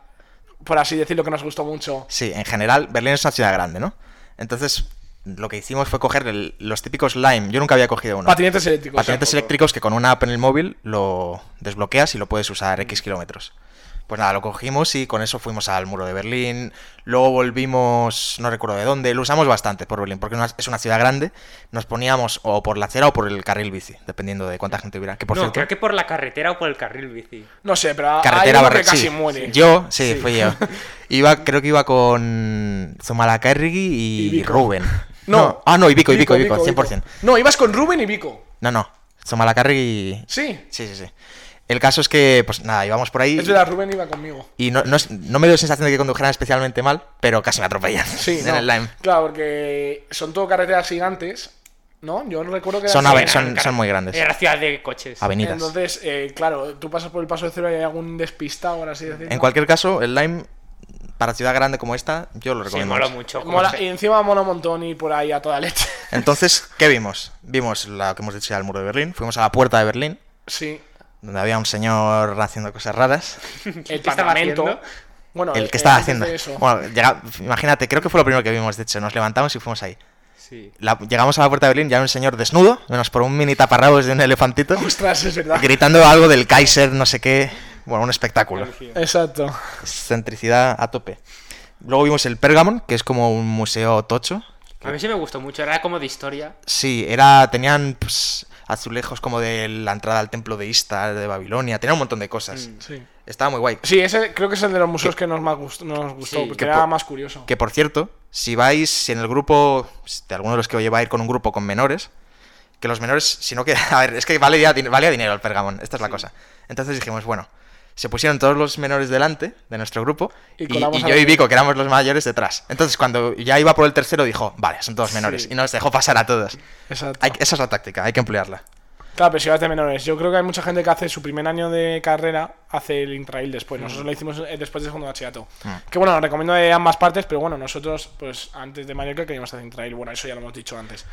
Speaker 1: Por así decirlo, que nos gustó mucho?
Speaker 2: Sí, en general, Berlín es una ciudad grande, ¿no? Entonces, lo que hicimos fue coger el- los típicos Lime. Yo nunca había cogido uno.
Speaker 1: Patinetes eléctricos.
Speaker 2: Patinetes
Speaker 1: Exacto.
Speaker 2: eléctricos que con una app en el móvil lo desbloqueas y lo puedes usar X kilómetros. Pues nada, lo cogimos y con eso fuimos al muro de Berlín. Luego volvimos, no recuerdo de dónde, lo usamos bastante por Berlín, porque una- es una ciudad grande. Nos poníamos o por la acera o por el carril bici, dependiendo de cuánta gente hubiera. Que por
Speaker 3: no,
Speaker 2: cierto,
Speaker 3: creo que por la carretera o por el carril bici.
Speaker 1: No sé, pero
Speaker 2: carretera
Speaker 1: hay uno que
Speaker 2: Barret,
Speaker 1: casi
Speaker 2: sí.
Speaker 1: muere.
Speaker 2: Yo, sí, fui yo. Iba, creo que iba con Zumalacárregui
Speaker 1: Y
Speaker 2: y,
Speaker 1: Vico.
Speaker 2: Rubén.
Speaker 1: No.
Speaker 2: Ah, no, y Vico, y Vico, y Vico, 100%.
Speaker 1: No, ibas con Rubén y Vico.
Speaker 2: No, no. Zumalacárregui y...
Speaker 1: Sí.
Speaker 2: Sí, sí, sí. El caso es que, pues nada, íbamos por ahí
Speaker 1: Es verdad, Rubén iba conmigo.
Speaker 2: y no, no es- no me dio la sensación de que condujeran especialmente mal, pero casi me atropellan
Speaker 1: Sí,
Speaker 2: en
Speaker 1: no.
Speaker 2: el Lime.
Speaker 1: Claro, porque son todo carreteras gigantes, ¿no? Yo no recuerdo que
Speaker 2: Son
Speaker 1: así.
Speaker 2: a ver,
Speaker 3: Era
Speaker 2: son-
Speaker 3: una car-
Speaker 2: son muy grandes.
Speaker 3: Era ciudad de coches.
Speaker 2: Avenidas.
Speaker 1: Entonces, eh, claro, tú pasas por el paso de cero y hay algún despistado, ahora así decirlo.
Speaker 2: en cualquier caso, el Lime, para ciudad grande como esta, yo lo
Speaker 3: Sí,
Speaker 2: recomiendo.
Speaker 3: mola
Speaker 2: mucho.
Speaker 3: mucho. como
Speaker 1: Mola-
Speaker 3: se-
Speaker 1: y encima mola un montón ir por ahí a toda leche.
Speaker 2: Entonces, ¿qué vimos? Vimos lo que hemos dicho ya del muro de Berlín, fuimos a la puerta de Berlín,
Speaker 1: Sí.
Speaker 2: donde había un señor haciendo cosas raras.
Speaker 1: El
Speaker 3: estaba
Speaker 1: parlamento.
Speaker 3: haciendo?
Speaker 1: Bueno,
Speaker 2: El
Speaker 1: eh,
Speaker 2: que estaba
Speaker 1: antes
Speaker 2: haciendo.
Speaker 1: de eso.
Speaker 2: Bueno, llega- imagínate, creo que fue lo primero que vimos, de hecho, nos levantamos y fuimos ahí.
Speaker 3: Sí.
Speaker 2: La- llegamos a la puerta de Berlín, ya era un señor desnudo, menos por un mini taparrabos de un elefantito,
Speaker 1: Ostras, es verdad.
Speaker 2: gritando algo del Kaiser, no sé qué. Bueno, un espectáculo.
Speaker 1: Exacto.
Speaker 2: Centricidad a tope. Luego vimos el Pergamon, que es como un museo tocho.
Speaker 3: A mí sí me gustó mucho, era como de historia.
Speaker 2: Sí, era, tenían pues, azulejos como de la entrada al templo de Istar, de Babilonia, tenía un montón de cosas.
Speaker 3: Mm.
Speaker 1: Sí.
Speaker 2: Estaba muy guay.
Speaker 1: Sí, ese creo que es el de los museos que nos, más gust- nos gustó,
Speaker 3: Sí,
Speaker 1: porque
Speaker 2: que
Speaker 1: era
Speaker 2: po-
Speaker 1: más curioso.
Speaker 2: Que por cierto, si vais, si en el grupo, si de alguno de los que oye va a ir con un grupo con menores, que los menores, si no que, a ver, es que vale, ya din- valía dinero el pergamón, esta es la cosa. Entonces dijimos, bueno, se pusieron todos los menores delante de nuestro grupo
Speaker 1: Y
Speaker 2: y,
Speaker 1: colamos
Speaker 2: y
Speaker 1: a
Speaker 2: yo
Speaker 1: los
Speaker 2: y Vico, que éramos los mayores, detrás. Entonces cuando ya iba por el tercero dijo, vale, son todos menores,
Speaker 1: Sí.
Speaker 2: y nos dejó pasar a todos.
Speaker 1: Exacto.
Speaker 2: Hay que- esa es la táctica, hay que emplearla.
Speaker 1: Claro, pero si vas de menores. Yo creo que hay mucha gente que hace su primer año de carrera, hace el intrail después.
Speaker 2: Mm.
Speaker 1: Nosotros lo hicimos eh, después de segundo bachillerato. Que bueno, recomiendo de ambas partes, pero bueno, nosotros, pues antes de Mallorca queríamos hacer intrail. Bueno, eso ya lo hemos dicho antes.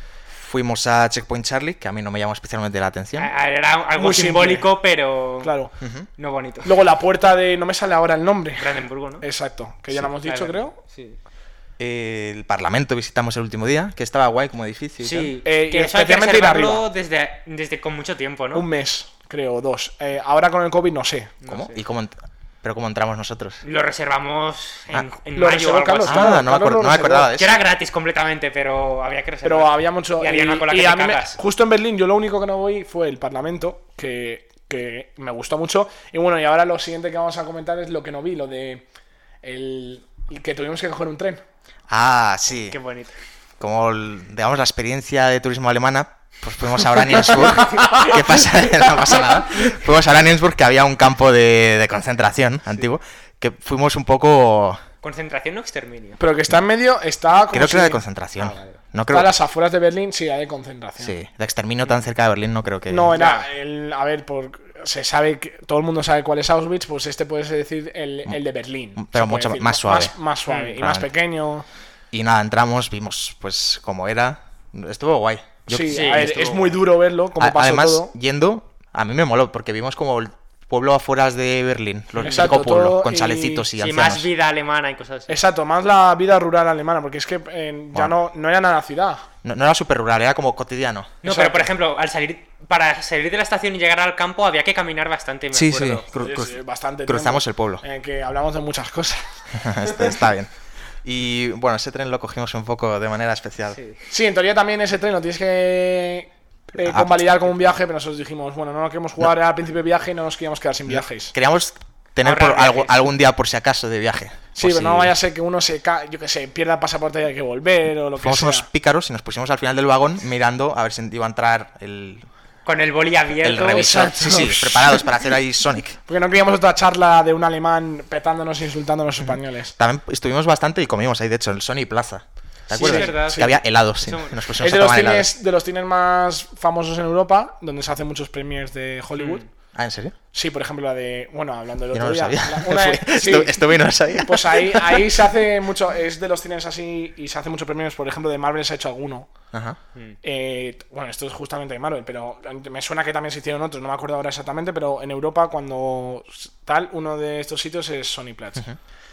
Speaker 2: Fuimos a Checkpoint Charlie, que a mí no me llamó especialmente la atención.
Speaker 1: Ah,
Speaker 3: A- Era algo
Speaker 1: Mm. Muy simple.
Speaker 3: simbólico, pero
Speaker 1: Claro.
Speaker 3: no bonito.
Speaker 1: Luego la puerta de. No me sale ahora el nombre.
Speaker 3: Brandenburgo, ¿no?
Speaker 1: Exacto, que ya lo hemos
Speaker 3: A
Speaker 1: dicho,
Speaker 3: ver,
Speaker 1: creo.
Speaker 3: Sí.
Speaker 2: Eh, El Parlamento visitamos el último día, que estaba guay como edificio. y
Speaker 3: Sí,
Speaker 1: Eh, y
Speaker 3: que eso hay que
Speaker 1: especialmente ir
Speaker 3: reservarlo
Speaker 1: arriba.
Speaker 3: desde, desde con mucho tiempo, ¿no?
Speaker 1: Un mes, creo, dos. Eh, ahora con el COVID no sé.
Speaker 2: tal.
Speaker 3: No
Speaker 2: ¿Cómo?
Speaker 3: sé.
Speaker 2: ¿Y cómo ent- ¿Pero cómo entramos nosotros?
Speaker 3: Lo reservamos en,
Speaker 2: Ah.
Speaker 3: en
Speaker 1: Lo
Speaker 3: mayo
Speaker 1: reservó
Speaker 3: o algo
Speaker 1: Carlos,
Speaker 3: así.
Speaker 1: claro.
Speaker 2: Ah, no me,
Speaker 1: Carlos
Speaker 2: acuer-
Speaker 1: lo
Speaker 2: no me acordaba
Speaker 1: reservó.
Speaker 2: de
Speaker 3: Que
Speaker 2: eso.
Speaker 3: era gratis completamente, pero había que reservar.
Speaker 1: Pero ah, habíamos hecho.
Speaker 3: Y había una cola
Speaker 1: y
Speaker 3: que
Speaker 1: a
Speaker 3: te
Speaker 1: mí me-
Speaker 3: cagas.
Speaker 1: Justo en Berlín, yo lo único que no voy fue el Parlamento, que, que me gustó mucho. Y bueno, y ahora lo siguiente que vamos a comentar es lo que no vi, lo de. El, el que tuvimos que coger un tren.
Speaker 2: Ah, sí.
Speaker 3: Qué bonito.
Speaker 2: Como, el- digamos, la experiencia de turismo alemana, pues fuimos a Oraniensburg. ¿Qué pasa? No pasa nada. Fuimos a Oraniensburg, que había un campo de, de concentración antiguo, que fuimos un poco...
Speaker 1: Ah,
Speaker 3: Concentración o exterminio.
Speaker 1: Pero que está en medio, está. Como
Speaker 2: Creo que
Speaker 1: si-
Speaker 2: era de concentración.
Speaker 1: Ah, vale.
Speaker 2: No
Speaker 1: Está
Speaker 2: creo...
Speaker 1: a las afueras de Berlín, sí, hay de concentración.
Speaker 2: Sí, de exterminio tan cerca de Berlín no creo que...
Speaker 1: No, era el. A ver, por, se sabe que todo el mundo sabe cuál es Auschwitz, pues este puede ser decir el, el de Berlín.
Speaker 2: Mm. Pero
Speaker 1: se puede
Speaker 2: mucho
Speaker 1: decir.
Speaker 2: más suave.
Speaker 1: Más, más suave y
Speaker 2: Mm,
Speaker 1: más
Speaker 2: claro.
Speaker 1: pequeño.
Speaker 2: Y nada, entramos, vimos pues cómo era. Estuvo guay. Yo-
Speaker 1: sí,
Speaker 3: sí,
Speaker 1: a ver,
Speaker 3: estuvo
Speaker 1: es
Speaker 3: guay.
Speaker 1: muy duro verlo, como
Speaker 2: A-
Speaker 1: pasó
Speaker 2: Además,
Speaker 1: todo.
Speaker 2: yendo, a mí me moló porque vimos como el pueblo afueras de Berlín, los
Speaker 1: Exacto,
Speaker 2: típico pueblo,
Speaker 1: todo
Speaker 2: con
Speaker 1: y-
Speaker 2: chalecitos y,
Speaker 3: Sí,
Speaker 2: ancianos.
Speaker 3: más vida alemana y cosas así.
Speaker 1: Exacto, más la vida rural alemana, porque es que en- ya no, no era nada ciudad.
Speaker 2: No, no era súper rural, era como cotidiano.
Speaker 3: No,
Speaker 1: Exacto.
Speaker 3: pero por ejemplo, al salir para salir de la estación y llegar al campo había que caminar bastante, me
Speaker 2: Sí, sí,
Speaker 3: acuerdo.
Speaker 2: cru-
Speaker 1: Es,
Speaker 2: cruz-
Speaker 1: eh, bastante
Speaker 2: cruzamos
Speaker 1: tiempo
Speaker 2: el pueblo.
Speaker 1: En el que hablamos de muchas cosas.
Speaker 2: está, este, está bien. Y bueno, ese tren lo cogimos un poco de manera especial.
Speaker 3: Sí.
Speaker 1: Sí, en teoría también ese tren lo tienes que eh,
Speaker 2: Ah.
Speaker 1: convalidar como un viaje, pero nosotros dijimos, bueno, no nos queremos jugar al principio de viaje y no nos queríamos quedar sin viajes.
Speaker 2: Queríamos tener
Speaker 3: Ahorrar
Speaker 2: por algo-
Speaker 3: viajes.
Speaker 2: algún día por si acaso de viaje.
Speaker 1: Sí,
Speaker 2: Por
Speaker 1: pero
Speaker 2: si-
Speaker 1: no vaya a ser que uno se ca yo que sé, pierda el pasaporte y hay que volver o lo que
Speaker 2: Fuimos
Speaker 1: sea.
Speaker 2: unos pícaros y nos pusimos al final del vagón mirando a ver si iba a entrar el,
Speaker 3: Con el boli
Speaker 2: el
Speaker 3: abierto.
Speaker 2: revisor. Sí,
Speaker 1: exacto.
Speaker 2: sí, preparados para hacer ahí Sonic.
Speaker 1: Porque no queríamos otra charla de un alemán petándonos e insultando a los españoles.
Speaker 2: También estuvimos bastante y comimos ahí, de hecho, en el Sony Plaza. ¿Te
Speaker 3: Sí,
Speaker 2: acuerdas?
Speaker 3: es verdad.
Speaker 2: Que
Speaker 3: Sí.
Speaker 2: había helados. sí.
Speaker 3: Son-
Speaker 2: Nos pusimos
Speaker 1: Es
Speaker 2: a
Speaker 1: de los,
Speaker 2: tomar helados.
Speaker 1: cines, de los cines más famosos en Europa, donde se hacen muchos premiers de Hollywood.
Speaker 2: Ah, ¿en serio?
Speaker 1: Sí, por ejemplo, la de. Bueno, hablando del
Speaker 2: Yo
Speaker 1: otro
Speaker 2: no lo
Speaker 1: día.
Speaker 2: sabía.
Speaker 1: la- una de-
Speaker 2: Fui-
Speaker 1: sí,
Speaker 2: estu- Estuve y no lo sabía.
Speaker 1: pues ahí, ahí se hace mucho. Es de los cines así y se hace muchos premios. Por ejemplo, de Marvel se ha hecho alguno.
Speaker 2: Ajá.
Speaker 3: Mm,
Speaker 1: Eh, bueno, esto es justamente de Marvel, pero me suena que también se hicieron otros. No me acuerdo ahora exactamente, pero en Europa, cuando s- tal, uno de estos sitios es Sony Platz.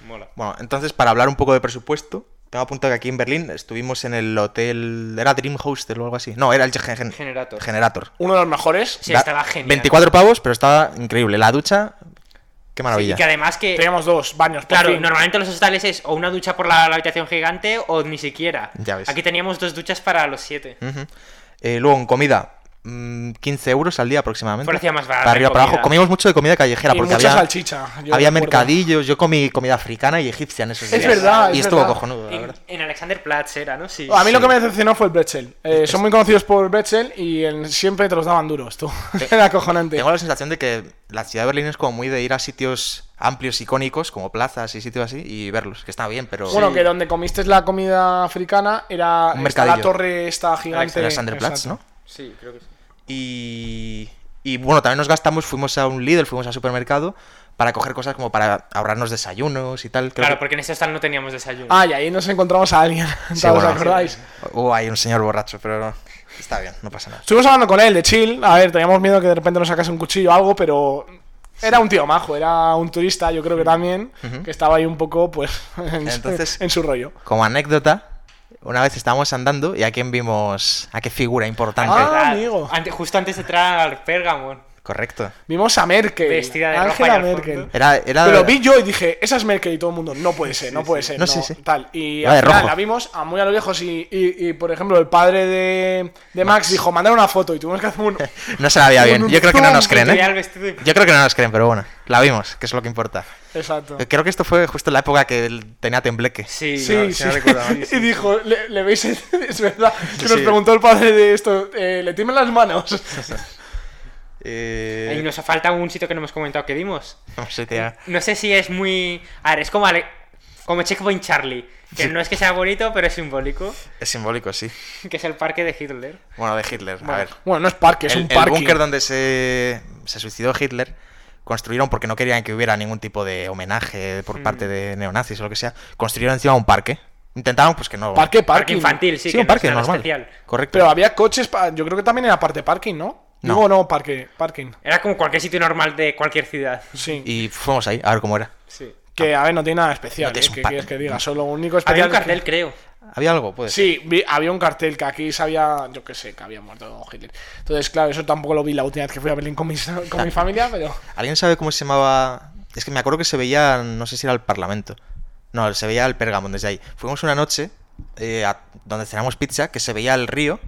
Speaker 3: Mola.
Speaker 2: Bueno, entonces, para hablar un poco de presupuesto, tengo apuntado que aquí en Berlín estuvimos en el hotel. ¿Era Dream Hostel o algo así? No, era el Gen- Gen-
Speaker 3: Generator.
Speaker 2: Generator.
Speaker 1: Uno de los mejores.
Speaker 3: Sí,
Speaker 2: Da-
Speaker 3: estaba genial.
Speaker 2: 24 pavos, pero estaba increíble. La ducha, qué maravilla.
Speaker 3: Y que además que
Speaker 1: Teníamos dos baños. por
Speaker 3: Claro,
Speaker 1: fin.
Speaker 3: normalmente los hostales es o una ducha por la, la habitación gigante o ni siquiera.
Speaker 2: Ya ves.
Speaker 3: Aquí teníamos dos duchas para los siete.
Speaker 2: Ujú. Eh, luego, en comida, mm, 15 euros al día aproximadamente.
Speaker 3: Parecía más barato
Speaker 2: Para arriba,
Speaker 3: en
Speaker 2: para
Speaker 3: comida.
Speaker 2: abajo. Comíamos mucho de comida callejera
Speaker 1: Y
Speaker 2: porque
Speaker 1: mucha
Speaker 2: había.
Speaker 1: salchicha. yo
Speaker 2: Había
Speaker 1: recuerdo.
Speaker 2: mercadillos, yo comí comida africana y egipcia en esos
Speaker 1: Es
Speaker 2: días.
Speaker 1: verdad,
Speaker 2: Y
Speaker 1: es
Speaker 2: estuvo
Speaker 1: verdad.
Speaker 2: cojonudo, la
Speaker 3: En,
Speaker 2: verdad.
Speaker 3: en Alexanderplatz era, ¿no? Sí.
Speaker 1: A mí lo
Speaker 2: Sí.
Speaker 1: que me decepcionó fue el Bretzel. Eh, son muy conocidos por Bretzel y en- siempre te los daban duros, tú. Era acojonante.
Speaker 2: Tengo la sensación de que la ciudad de Berlín es como muy de ir a sitios amplios, icónicos, como plazas y sitios así, y verlos, que está bien, pero...
Speaker 1: Bueno, que donde comiste la comida africana era
Speaker 2: Un
Speaker 1: está la
Speaker 2: mercadillo.
Speaker 1: torre esta gigante.
Speaker 2: Alexanderplatz,
Speaker 1: Exacto.
Speaker 2: ¿no?
Speaker 3: Sí, creo que sí.
Speaker 2: Y... Y bueno, también nos gastamos, fuimos a un Lidl, fuimos al supermercado para coger cosas como para ahorrarnos desayunos y tal. creo
Speaker 3: Claro,
Speaker 2: que-
Speaker 3: porque en ese hostal no teníamos desayuno.
Speaker 1: Ah, y ahí nos encontramos a alguien.
Speaker 2: Sí,
Speaker 1: ¿Os
Speaker 2: bueno,
Speaker 1: acordáis?
Speaker 2: Uh, hay un señor borracho, pero no. está bien, no pasa nada.
Speaker 1: Estuvimos hablando con él de chill. A ver, teníamos miedo que de repente nos sacase un cuchillo o algo, pero. Era un tío majo, era un turista, yo creo que también, que estaba ahí un poco, pues, en, su-
Speaker 2: Entonces-
Speaker 1: en su rollo.
Speaker 2: Como anécdota, una vez estábamos andando y a quién vimos, a qué figura importante.
Speaker 1: Ah,
Speaker 3: ¿Verdad?
Speaker 1: amigo.
Speaker 3: Ante- justo antes de entrar al Pergamon.
Speaker 2: Correcto.
Speaker 1: Vimos a Merkel.
Speaker 3: Vestida de roja
Speaker 1: Angela
Speaker 3: y al
Speaker 1: Merkel.
Speaker 3: fondo.
Speaker 2: Era, era
Speaker 1: Pero vi yo y dije, esa es Merkel y todo el mundo, no puede ser, no puede ser, no,
Speaker 2: No, sí, sí.
Speaker 1: tal. Y
Speaker 2: Va
Speaker 1: al
Speaker 2: de
Speaker 1: final
Speaker 2: rojo.
Speaker 1: la vimos a muy a lo lejos y, y- y, por ejemplo, el padre de, de Max dijo, mandar una foto y tuvimos que hacer un...
Speaker 2: No se la veía bien. Yo creo que no nos creen,
Speaker 3: Tutorial
Speaker 2: ¿eh?
Speaker 3: vestido y-
Speaker 2: Yo creo que no nos creen, pero bueno, la vimos, que es lo que importa.
Speaker 1: Exacto.
Speaker 2: Creo que esto fue justo en la época que él tenía tembleque.
Speaker 3: Sí,
Speaker 1: Sí,
Speaker 3: no,
Speaker 1: sí.
Speaker 3: si no recuerdo mal.
Speaker 1: Y dijo, ¿le, le veis? el- es verdad. Que nos
Speaker 2: Sí.
Speaker 1: preguntó el padre de esto, eh, ¿le tiemblan las manos?
Speaker 2: Eh,
Speaker 3: Y nos falta un sitio que no hemos comentado que dimos.
Speaker 2: no sé, tío.
Speaker 3: No sé si es muy. A ver, es como, Ale- como Checkpoint Charlie. Que no es que sea bonito, pero es simbólico.
Speaker 2: Es simbólico, sí.
Speaker 3: Que es el parque de Hitler.
Speaker 2: Bueno, de Hitler. a ver.
Speaker 1: Bueno, no es parque, es un
Speaker 2: el, el
Speaker 1: parque.
Speaker 2: búnker donde se, se suicidó Hitler construyeron porque no querían que hubiera ningún tipo de homenaje
Speaker 1: Mm.
Speaker 2: por parte de neonazis o lo que sea. Construyeron encima un parque. Intentaron pues que no.
Speaker 1: Parque,
Speaker 3: Parque
Speaker 1: parking.
Speaker 3: infantil, sí.
Speaker 2: Sí,
Speaker 3: que
Speaker 2: un
Speaker 3: no
Speaker 2: parque
Speaker 3: es nada
Speaker 2: normal.
Speaker 3: especial.
Speaker 2: Correcto.
Speaker 1: Pero había coches, pa- yo creo que también era parte parking, ¿no?
Speaker 2: No.
Speaker 1: Digo, no, parque, parking.
Speaker 3: Era como cualquier sitio normal de cualquier ciudad.
Speaker 1: Sí.
Speaker 2: Y fuimos ahí a ver cómo era.
Speaker 3: Sí.
Speaker 1: Que, a ver, no tiene nada especial.
Speaker 2: No tienes
Speaker 1: ¿eh?
Speaker 2: un
Speaker 1: ¿Qué
Speaker 2: par-
Speaker 1: quieres que diga? Solo lo único especial.
Speaker 3: Había un
Speaker 1: es que-
Speaker 3: cartel, creo.
Speaker 2: Había algo, puede ser.
Speaker 1: Sí, vi- había un cartel que aquí se había. Yo qué sé, que había muerto Hitler. Entonces, claro, eso tampoco lo vi la última vez que fui a Berlín con, mis- con mi familia, pero.
Speaker 2: ¿Alguien sabe cómo se llamaba? Es que me acuerdo que se veía, no sé si era el Parlamento. No, se veía el Pergamon desde ahí. Fuimos una noche eh, a- donde cenamos pizza, que se veía el río,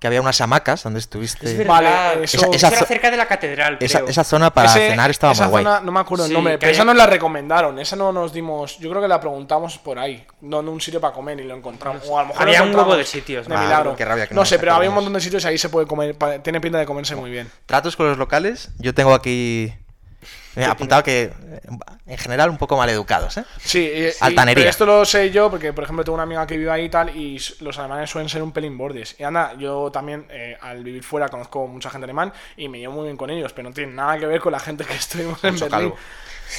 Speaker 2: que había unas hamacas donde estuviste.
Speaker 3: Es verdad.
Speaker 1: Vale, eso-
Speaker 3: Eso,
Speaker 2: esa
Speaker 3: era
Speaker 2: zo-
Speaker 3: cerca de la catedral,
Speaker 2: Esa,
Speaker 3: creo.
Speaker 2: esa zona para
Speaker 1: Ese-
Speaker 2: cenar estaba
Speaker 1: esa
Speaker 2: muy guay.
Speaker 1: zona, No me acuerdo el
Speaker 3: Sí,
Speaker 1: nombre,
Speaker 3: que
Speaker 1: pero
Speaker 3: hay-
Speaker 1: esa nos la recomendaron. Esa no nos dimos. Yo creo que la preguntamos por ahí. No en un sitio para comer y lo encontramos. O a lo mejor lo
Speaker 3: Había un
Speaker 1: encontramos
Speaker 3: huevo de sitios,
Speaker 1: De
Speaker 2: ¿no?
Speaker 1: milagro.
Speaker 2: Ah, qué rabia que
Speaker 1: no,
Speaker 2: no
Speaker 1: sé,
Speaker 2: nos
Speaker 1: pero había un
Speaker 2: acordamos.
Speaker 1: montón de sitios y ahí se puede comer. pa- Tiene pinta de comerse muy bien.
Speaker 2: Tratos con los locales. Yo tengo aquí me he apuntado que eh, en general un poco mal educados, ¿eh?
Speaker 1: Sí, y- y-
Speaker 2: Altanería.
Speaker 1: pero esto lo sé yo porque, por ejemplo, tengo una amiga que vive ahí y tal, y s- los alemanes suelen ser un pelín bordes. Y anda, yo también, eh, al vivir fuera, conozco mucha gente alemán y me llevo muy bien con ellos, pero no tiene nada que ver con la gente que estuvimos en
Speaker 2: Mucho
Speaker 1: Berlín.
Speaker 2: calvo.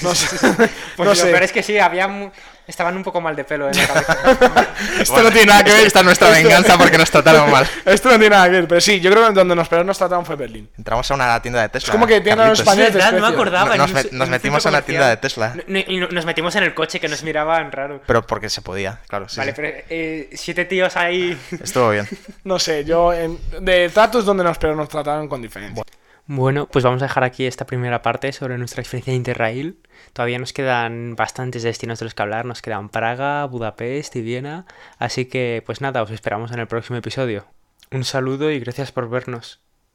Speaker 1: No sé.
Speaker 3: Pues
Speaker 1: no
Speaker 3: lo
Speaker 1: sé.
Speaker 3: peor es que sí, había mu- estaban un poco mal de pelo en la cabeza.
Speaker 2: Esto no tiene nada que ver, esta es nuestra venganza porque nos trataron mal.
Speaker 1: Esto no tiene nada que ver, pero sí, yo creo que donde nos peor nos trataron fue Berlín.
Speaker 2: Entramos a una tienda de Tesla.
Speaker 1: Es como que tienen a los
Speaker 2: Carlitos.
Speaker 1: españoles-
Speaker 3: Es verdad, no me
Speaker 1: desprecio.
Speaker 3: acordaba. en
Speaker 2: Nos
Speaker 3: un
Speaker 2: met-
Speaker 3: ce-
Speaker 2: nos
Speaker 3: en un
Speaker 2: metimos
Speaker 3: centro
Speaker 2: a una tienda de Tesla.
Speaker 3: comercial. No- no- y no- nos metimos en el coche que nos miraban raro.
Speaker 2: Pero porque se podía, claro. sí,
Speaker 3: vale,
Speaker 2: sí.
Speaker 3: pero eh, siete tíos ahí.
Speaker 2: Estuvo bien.
Speaker 1: No sé, yo. en- de tratos donde nos peor nos trataron con diferencia.
Speaker 3: Bueno, pues vamos a dejar aquí esta primera parte sobre nuestra experiencia de Interrail. Todavía nos quedan bastantes destinos de los que hablar, nos quedan Praga, Budapest y Viena, así que pues nada, os esperamos en el próximo episodio. Un saludo y gracias por vernos.